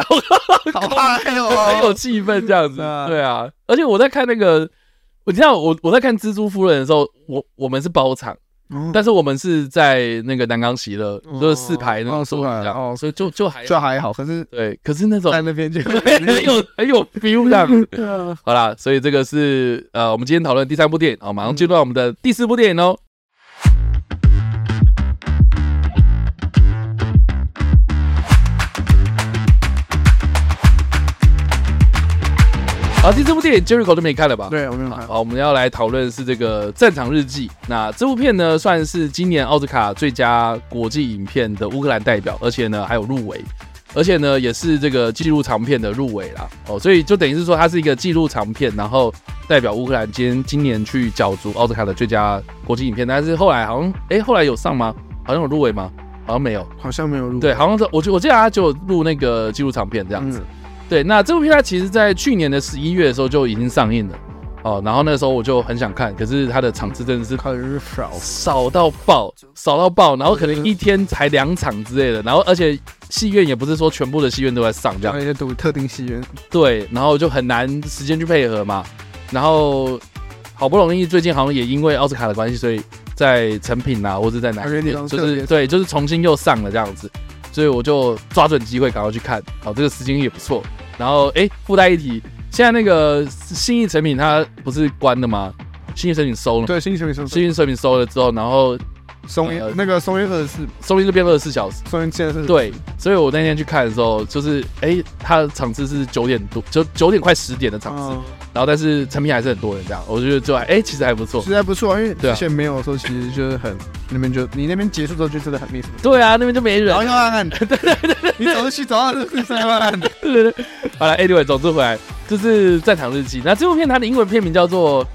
[SPEAKER 2] 好嗨
[SPEAKER 1] 很有
[SPEAKER 2] 哦！
[SPEAKER 1] 气氛这样子，
[SPEAKER 2] 对 啊
[SPEAKER 1] 对啊，而且我在看那个，我知道我我在看蜘蛛夫人的时候，我我们是包场，
[SPEAKER 2] 嗯
[SPEAKER 1] 但是我们是在那个南港喜乐，
[SPEAKER 2] 哦
[SPEAKER 1] 就是四排那种
[SPEAKER 2] 哦
[SPEAKER 1] 座
[SPEAKER 2] 四
[SPEAKER 1] 椅
[SPEAKER 2] 排
[SPEAKER 1] 这样，
[SPEAKER 2] 哦
[SPEAKER 1] 所以就就还
[SPEAKER 2] 就还好，可是
[SPEAKER 1] 对，可是那种
[SPEAKER 2] 在那边就
[SPEAKER 1] 很有很有 feel 这样子。
[SPEAKER 2] 对啊
[SPEAKER 1] 好啦，所以这个是呃，我们今天讨论第三部电影，好，马上进入到我们的第四部电影哦。好，第四部电影 Jericho 都没看了吧？
[SPEAKER 2] 对，我没有看。
[SPEAKER 1] 好，我们要来讨论是这个《战场日记》。那这部片呢，算是今年奥斯卡最佳国际影片的乌克兰代表，而且呢还有入围，而且呢也是这个纪录长片的入围啦。哦，所以就等于是说它是一个纪录长片，然后代表乌克兰今今年去角逐奥斯卡的最佳国际影片。但是后来好像，哎、后来有上吗？好像有入围吗？好像没有。
[SPEAKER 2] 好像没有录。
[SPEAKER 1] 对，好像是我记我记得他就录那个纪录长片这样子。
[SPEAKER 2] 嗯，
[SPEAKER 1] 对，那这部片它其实在去年的十一月的时候就已经上映了，哦，然后那时候我就很想看，可是它的场次真的是
[SPEAKER 2] 很少。
[SPEAKER 1] 少到爆，少到爆，然后可能一天才两场之类的，然后而且戏院也不是说全部的戏院都在上这样
[SPEAKER 2] 然后，一些独特定戏院，
[SPEAKER 1] 对，然后就很难时间去配合嘛，然后好不容易最近好像也因为奥斯卡的关系，所以在成品啊，或者在哪
[SPEAKER 2] 还有地方
[SPEAKER 1] 就
[SPEAKER 2] 特
[SPEAKER 1] 是
[SPEAKER 2] 别
[SPEAKER 1] 对，就是重新又上了这样子，所以我就抓准机会赶快去看，哦，这个时间也不错。然后哎，附带一提，现在那个新义成品它不是关了吗？新义成品收了，
[SPEAKER 2] 对，新球迷松
[SPEAKER 1] 新义成品收了之后，然后
[SPEAKER 2] 松
[SPEAKER 1] 呃
[SPEAKER 2] 烟那个松烟二是
[SPEAKER 1] 收益就变二十四小时。
[SPEAKER 2] 松烟现在是
[SPEAKER 1] 对，所以我那天去看的时候，就是哎，它的场次是九点多，就九点快十点的场次，
[SPEAKER 2] 嗯，
[SPEAKER 1] 然后但是成品还是很多人这样，我觉得就还哎、其实还不错
[SPEAKER 2] 实。在不错啊，因为
[SPEAKER 1] 对啊
[SPEAKER 2] 之前没有的时候，其实就是很那边就你那边结束之后就真的很没什么。
[SPEAKER 1] 对啊，那边就没人
[SPEAKER 2] 然。后又暗暗的，对对对，你走出去走到路上又暗暗的，
[SPEAKER 1] 对对对。 好了，anyway，总之回来就是《战场日记》。那这部片它的英文片名叫做《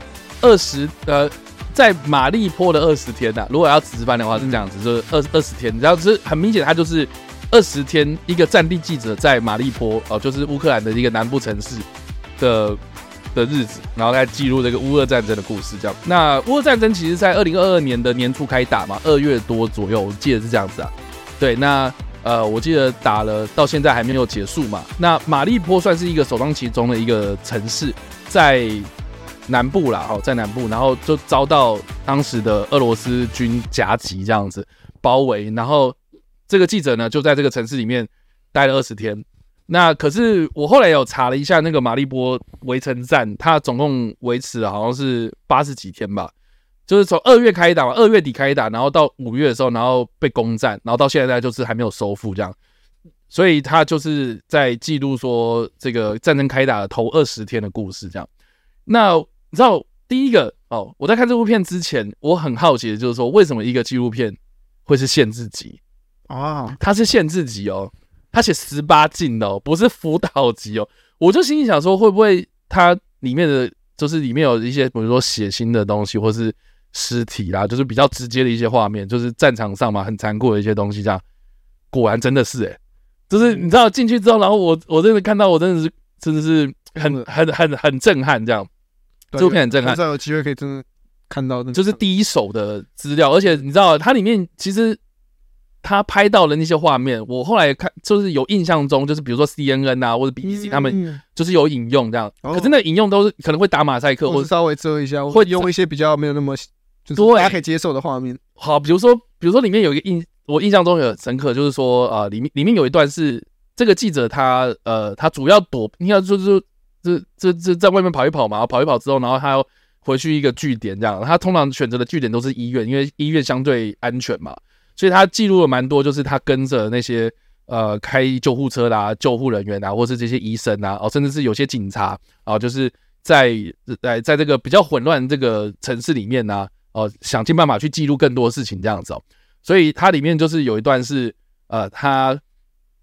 [SPEAKER 1] 二十呃在马利坡的二十天》啊呐。如果要直翻的话是这样子，就是二二十天。然后就是很明显，它就是二十天一个战地记者在马利坡哦、就是乌克兰的一个南部城市的的日子，然后来记录这个乌俄战争的故事。这样，那乌俄战争其实在二零二二年的年初开打嘛，二月多左右，我记得是这样子啊。对，那呃，我记得打了到现在还没有结束嘛。那马利坡算是一个首当其冲的一个城市，在南部啦，哦，在南部，然后就遭到当时的俄罗斯军夹击这样子包围，然后这个记者呢就在这个城市里面待了二十天。那可是我后来有查了一下，那个马利波围城战，它总共维持了好像是八十几天吧，就是从二月开打嘛，二月底开打，然后到五月的时候，然后被攻占，然后到现在就是还没有收复这样。所以他就是在记录说这个战争开打的头二十天的故事这样。那你知道第一个哦，我在看这部片之前，我很好奇的就是说，为什么一个纪录片会是限制级？
[SPEAKER 2] 哦，
[SPEAKER 1] 它是限制级哦，它写十八禁的哦，不是辅导级哦。我就心里想说，会不会它里面的就是里面有一些，比如说血腥的东西，或是尸体啦，就是比较直接的一些画面，就是战场上嘛，很残酷的一些东西。这样，果然真的是诶、就是你知道进去之后，然后我我真的看到，我真的是真的是很很很很震撼这样。这部片很震撼
[SPEAKER 2] 很少有机会可以真的看到那，
[SPEAKER 1] 就是第一手的资料，而且你知道它里面其实他拍到的那些画面，我后来看就是有印象中，就是比如说 CNN 啊或者
[SPEAKER 2] 嗯
[SPEAKER 1] BBC 他们
[SPEAKER 2] 们
[SPEAKER 1] 就是有引用这样，
[SPEAKER 2] 哦
[SPEAKER 1] 可是那个引用都是可能会打马赛克
[SPEAKER 2] 我
[SPEAKER 1] 或
[SPEAKER 2] 稍微遮一下，
[SPEAKER 1] 会
[SPEAKER 2] 会用一些比较没有那么就是
[SPEAKER 1] 对
[SPEAKER 2] 大家可以接受的画面，
[SPEAKER 1] 好，比如说，比如说里面有一个印，我印象中有很深刻，就是说，呃，里面里面有一段是这个记者他，呃，他主要躲，应该就是这这这在外面跑一跑嘛，跑一跑之后，然后他要回去一个据点，这样，他通常选择的据点都是医院，因为医院相对安全嘛，所以他记录了蛮多，就是他跟着那些呃开救护车啦、救护人员啊，或是这些医生啊，哦，甚至是有些警察啊、就是在在在这个比较混乱这个城市里面呢、哦，想尽办法去记录更多事情这样子哦。所以它里面就是有一段是，呃，他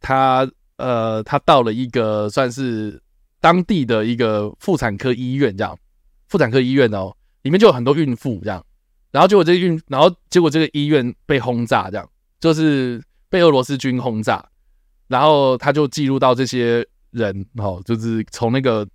[SPEAKER 1] 他呃他到了一个算是当地的一个妇产科医院这样，妇产科医院哦，里面就有很多孕妇这样，然后结果这个孕，然后结果这个医院被轰炸这样，就是被俄罗斯军轰炸，然后他就记录到这些人哦，就是从那个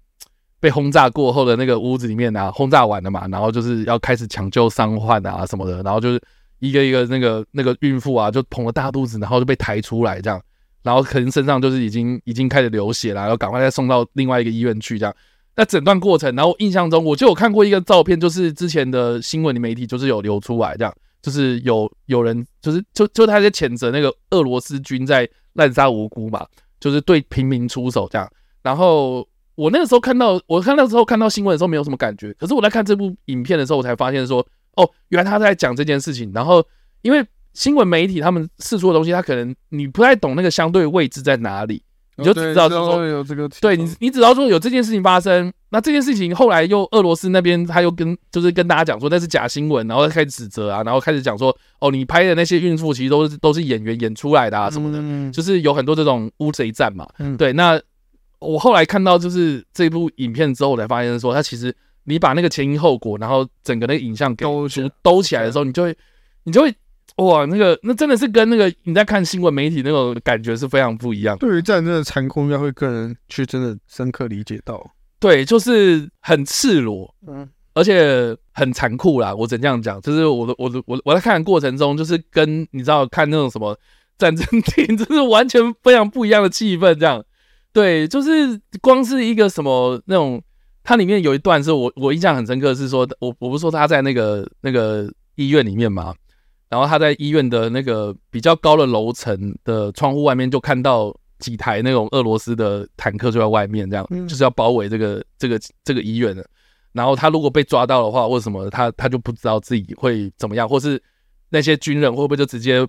[SPEAKER 1] 被轰炸过后的那个屋子里面啊，轰炸完了嘛，然后就是要开始抢救伤患啊什么的，然后就是一个一个那个那个孕妇啊，就捧着大肚子，然后就被抬出来这样，然后可能身上就是已经已经开始流血了，然后赶快再送到另外一个医院去这样。那整段过程，然后印象中我就有看过一个照片，就是之前的新闻媒体就是有流出来这样，就是有有人就是就就他在谴责那个俄罗斯军在滥杀无辜嘛，就是对平民出手这样。然后我那个时候看到，我看那时候看到新闻的时候没有什么感觉，可是我在看这部影片的时候，我才发现说，哦，原来他在讲这件事情。然后因为新闻媒体他们试出的东西，他可能你不太懂那个相对位置在哪里，你
[SPEAKER 2] 哦
[SPEAKER 1] 就只知道就是说
[SPEAKER 2] 有这个，
[SPEAKER 1] 对你，你只要说有这件事情发生，那这件事情后来又俄罗斯那边他又跟就是跟大家讲说那是假新闻，然后开始指责啊，然后开始讲说哦，你拍的那些孕妇其实都是都是演员演出来的啊什么的，
[SPEAKER 2] 的，
[SPEAKER 1] 就是有很多这种乌贼战嘛。
[SPEAKER 2] 嗯，
[SPEAKER 1] 对，那我后来看到就是这部影片之后，我才发现说，它其实你把那个前因后果，然后整个那个影像给
[SPEAKER 2] 都是
[SPEAKER 1] 兜起来的时候，你就会，你就会，哇，那个那真的是跟那个你在看新闻媒体那种感觉是非常不一样的。
[SPEAKER 2] 对于战争的残酷，应该会更人去真的深刻理解到。
[SPEAKER 1] 对，就是很赤裸，
[SPEAKER 2] 嗯，
[SPEAKER 1] 而且很残酷啦。我只能这样讲，就是我的我的我我在看的过程中，就是跟你知道看那种什么战争片，就是完全非常不一样的气氛。这样，对，就是光是一个什么那种，它里面有一段是我我印象很深刻，是说我我不是说他在那个那个医院里面嘛，然后他在医院的那个比较高的楼层的窗户外面就看到几台那种俄罗斯的坦克就在外面，这样
[SPEAKER 2] 嗯
[SPEAKER 1] 就是要包围这个这个这个医院的。然后他如果被抓到的话，或者什么，他他就不知道自己会怎么样，或是那些军人会不会就直接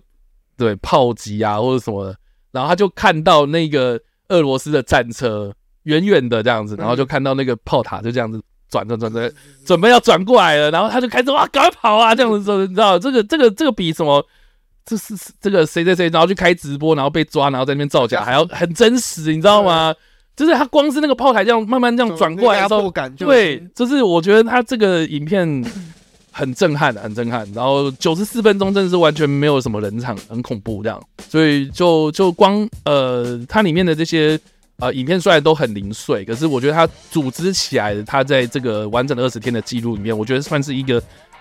[SPEAKER 1] 对炮击啊，或者什么的。然后他就看到那个俄罗斯的战车远远的这样子，然后就看到那个炮塔就这样子转转转转， 准备要转过来了，然后他就开始哇，赶快跑啊，这样子，你知道这个这个这个比什么？这是是这个谁谁谁，然后去开直播，然后被抓，然后在那边造假，还要很真实，你知道吗？就是他光是那个炮台这样慢慢这样转过来的时候，
[SPEAKER 2] 感就
[SPEAKER 1] 对，就是我觉得他这个影片很震撼，很震撼。然后九十四分钟真的是完全没有什么冷场，很恐怖这样。所以就就光呃，它里面的这些呃影片虽然都很零碎，可是我觉得它组织起来的，它在这个完整的二十天的记录里面，我觉得算是一个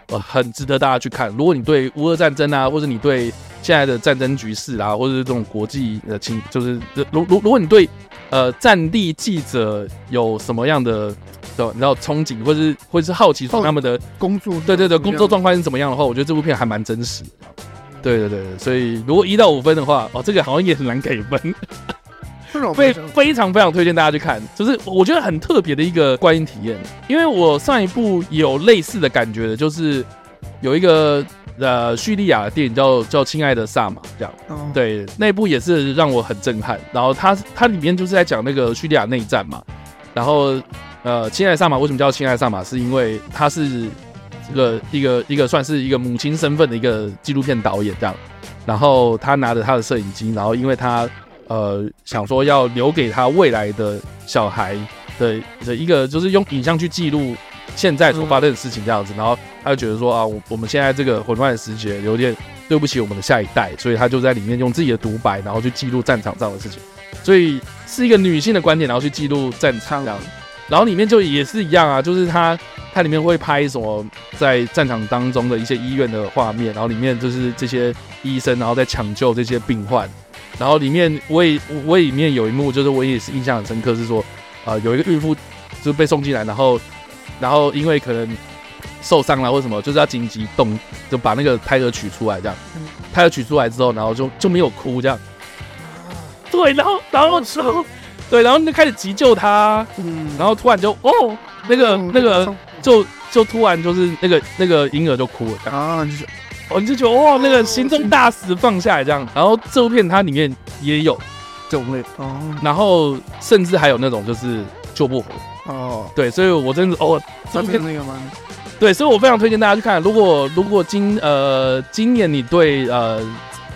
[SPEAKER 1] 呃很值得大家去看。如果你对乌俄战争啊，或者你对现在的战争局势啊，或者是这种国际呃情，就是如如如果你对呃战地记者有什么样的的你知道憧憬，或是或是好奇说他们的
[SPEAKER 2] 工作，
[SPEAKER 1] 对对对工作状况是怎么样的话，我觉得这部片还蛮真实的。对对对，对所以如果一到五分的话，哦，这个好像也很难给分，
[SPEAKER 2] 这种
[SPEAKER 1] 非非常非常推荐大家去看，就是我觉得很特别的一个观影体验。因为我上一部有类似的感觉的，就是有一个呃叙利亚的电影叫叫《亲爱的萨玛》这样，
[SPEAKER 2] 哦
[SPEAKER 1] 对，那部也是让我很震撼。然后它它里面就是在讲那个叙利亚内战嘛，然后呃，亲爱的萨玛为什么叫亲爱的萨玛？是因为他是这个一个一个算是一个母亲身份的一个纪录片导演这样，然后他拿着他的摄影机，然后因为他呃想说要留给他未来的小孩的的一个，就是用影像去记录现在所发生的事情这样子，然后他就觉得说啊，我我们现在这个混乱的时节有点对不起我们的下一代，所以他就在里面用自己的独白，然后去记录战场上的事情，所以是一个女性的观点，然后去记录战场这样子。然后里面就也是一样啊，就是它它里面会拍什么在战场当中的一些医院的画面，然后里面就是这些医生，然后在抢救这些病患，然后里面我也我我里面有一幕就是我也是印象很深刻，是说呃有一个孕妇就是被送进来，然后然后因为可能受伤了或什么，就是要紧急动，就把那个胎儿取出来这样。胎儿取出来之后，然后就就没有哭这样。对，然后然后之后，对，然后就开始急救他，
[SPEAKER 2] 嗯
[SPEAKER 1] 然后突然就哦，那个那个就就突然就是那个那个婴儿就哭了这样。
[SPEAKER 2] 啊，就是
[SPEAKER 1] 哦，你就觉得哇，那个心中大石放下来这样。然后这部片它里面也有，
[SPEAKER 2] 这种类哦
[SPEAKER 1] 然后甚至还有那种就是救不活。
[SPEAKER 2] 哦，
[SPEAKER 1] 对，所以我真的哦，这
[SPEAKER 2] 那
[SPEAKER 1] 部
[SPEAKER 2] 是
[SPEAKER 1] 片
[SPEAKER 2] 那个吗？
[SPEAKER 1] 对，所以我非常推荐大家去看。如果如果今呃今年你对呃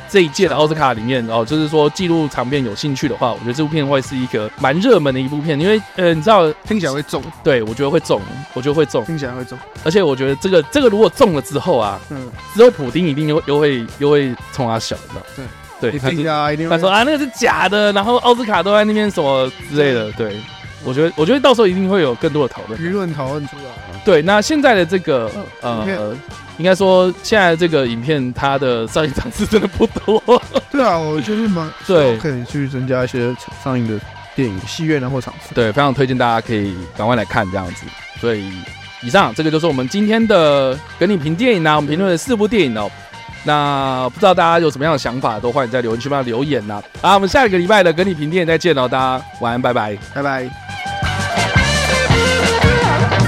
[SPEAKER 1] 这一届的奥斯卡里面哦，就是说纪录长片有兴趣的话，我觉得这部片会是一个蛮热门的一部片，因为呃你知道，
[SPEAKER 2] 听起来会中，
[SPEAKER 1] 对我觉得会中，我觉得会中，
[SPEAKER 2] 听起来会中，
[SPEAKER 1] 而且我觉得这个这个如果中了之后啊，
[SPEAKER 2] 嗯，
[SPEAKER 1] 之后普丁一定又又会又会冲他笑，你知道吗？对
[SPEAKER 2] 一
[SPEAKER 1] 对，他是
[SPEAKER 2] 定啊，一定
[SPEAKER 1] 他
[SPEAKER 2] 会
[SPEAKER 1] 说啊，那个是假的，然后奥斯卡都在那边什么之类的。
[SPEAKER 2] 嗯
[SPEAKER 1] 对，我觉得，我觉得到时候一定会有更多的讨论。
[SPEAKER 2] 舆论讨论出来，
[SPEAKER 1] 对，那现在的这个
[SPEAKER 2] 嗯影片
[SPEAKER 1] 呃，应该说现在这个影片它的上映场次真的不多。
[SPEAKER 2] 对啊，我就是蛮
[SPEAKER 1] 对
[SPEAKER 2] 可以去增加一些上映的电影戏院啊或场次。
[SPEAKER 1] 对，非常推荐大家可以赶快来看这样子。所以以上这个就是我们今天的跟你评电影呢、啊我们评论了四部电影哦。那不知道大家有什么样的想法，都欢迎在留言区帮我留言呐、啊。我们下一个礼拜的跟你评电影再见哦，大家晚安，拜拜。
[SPEAKER 2] 拜拜。
[SPEAKER 3] Thank you.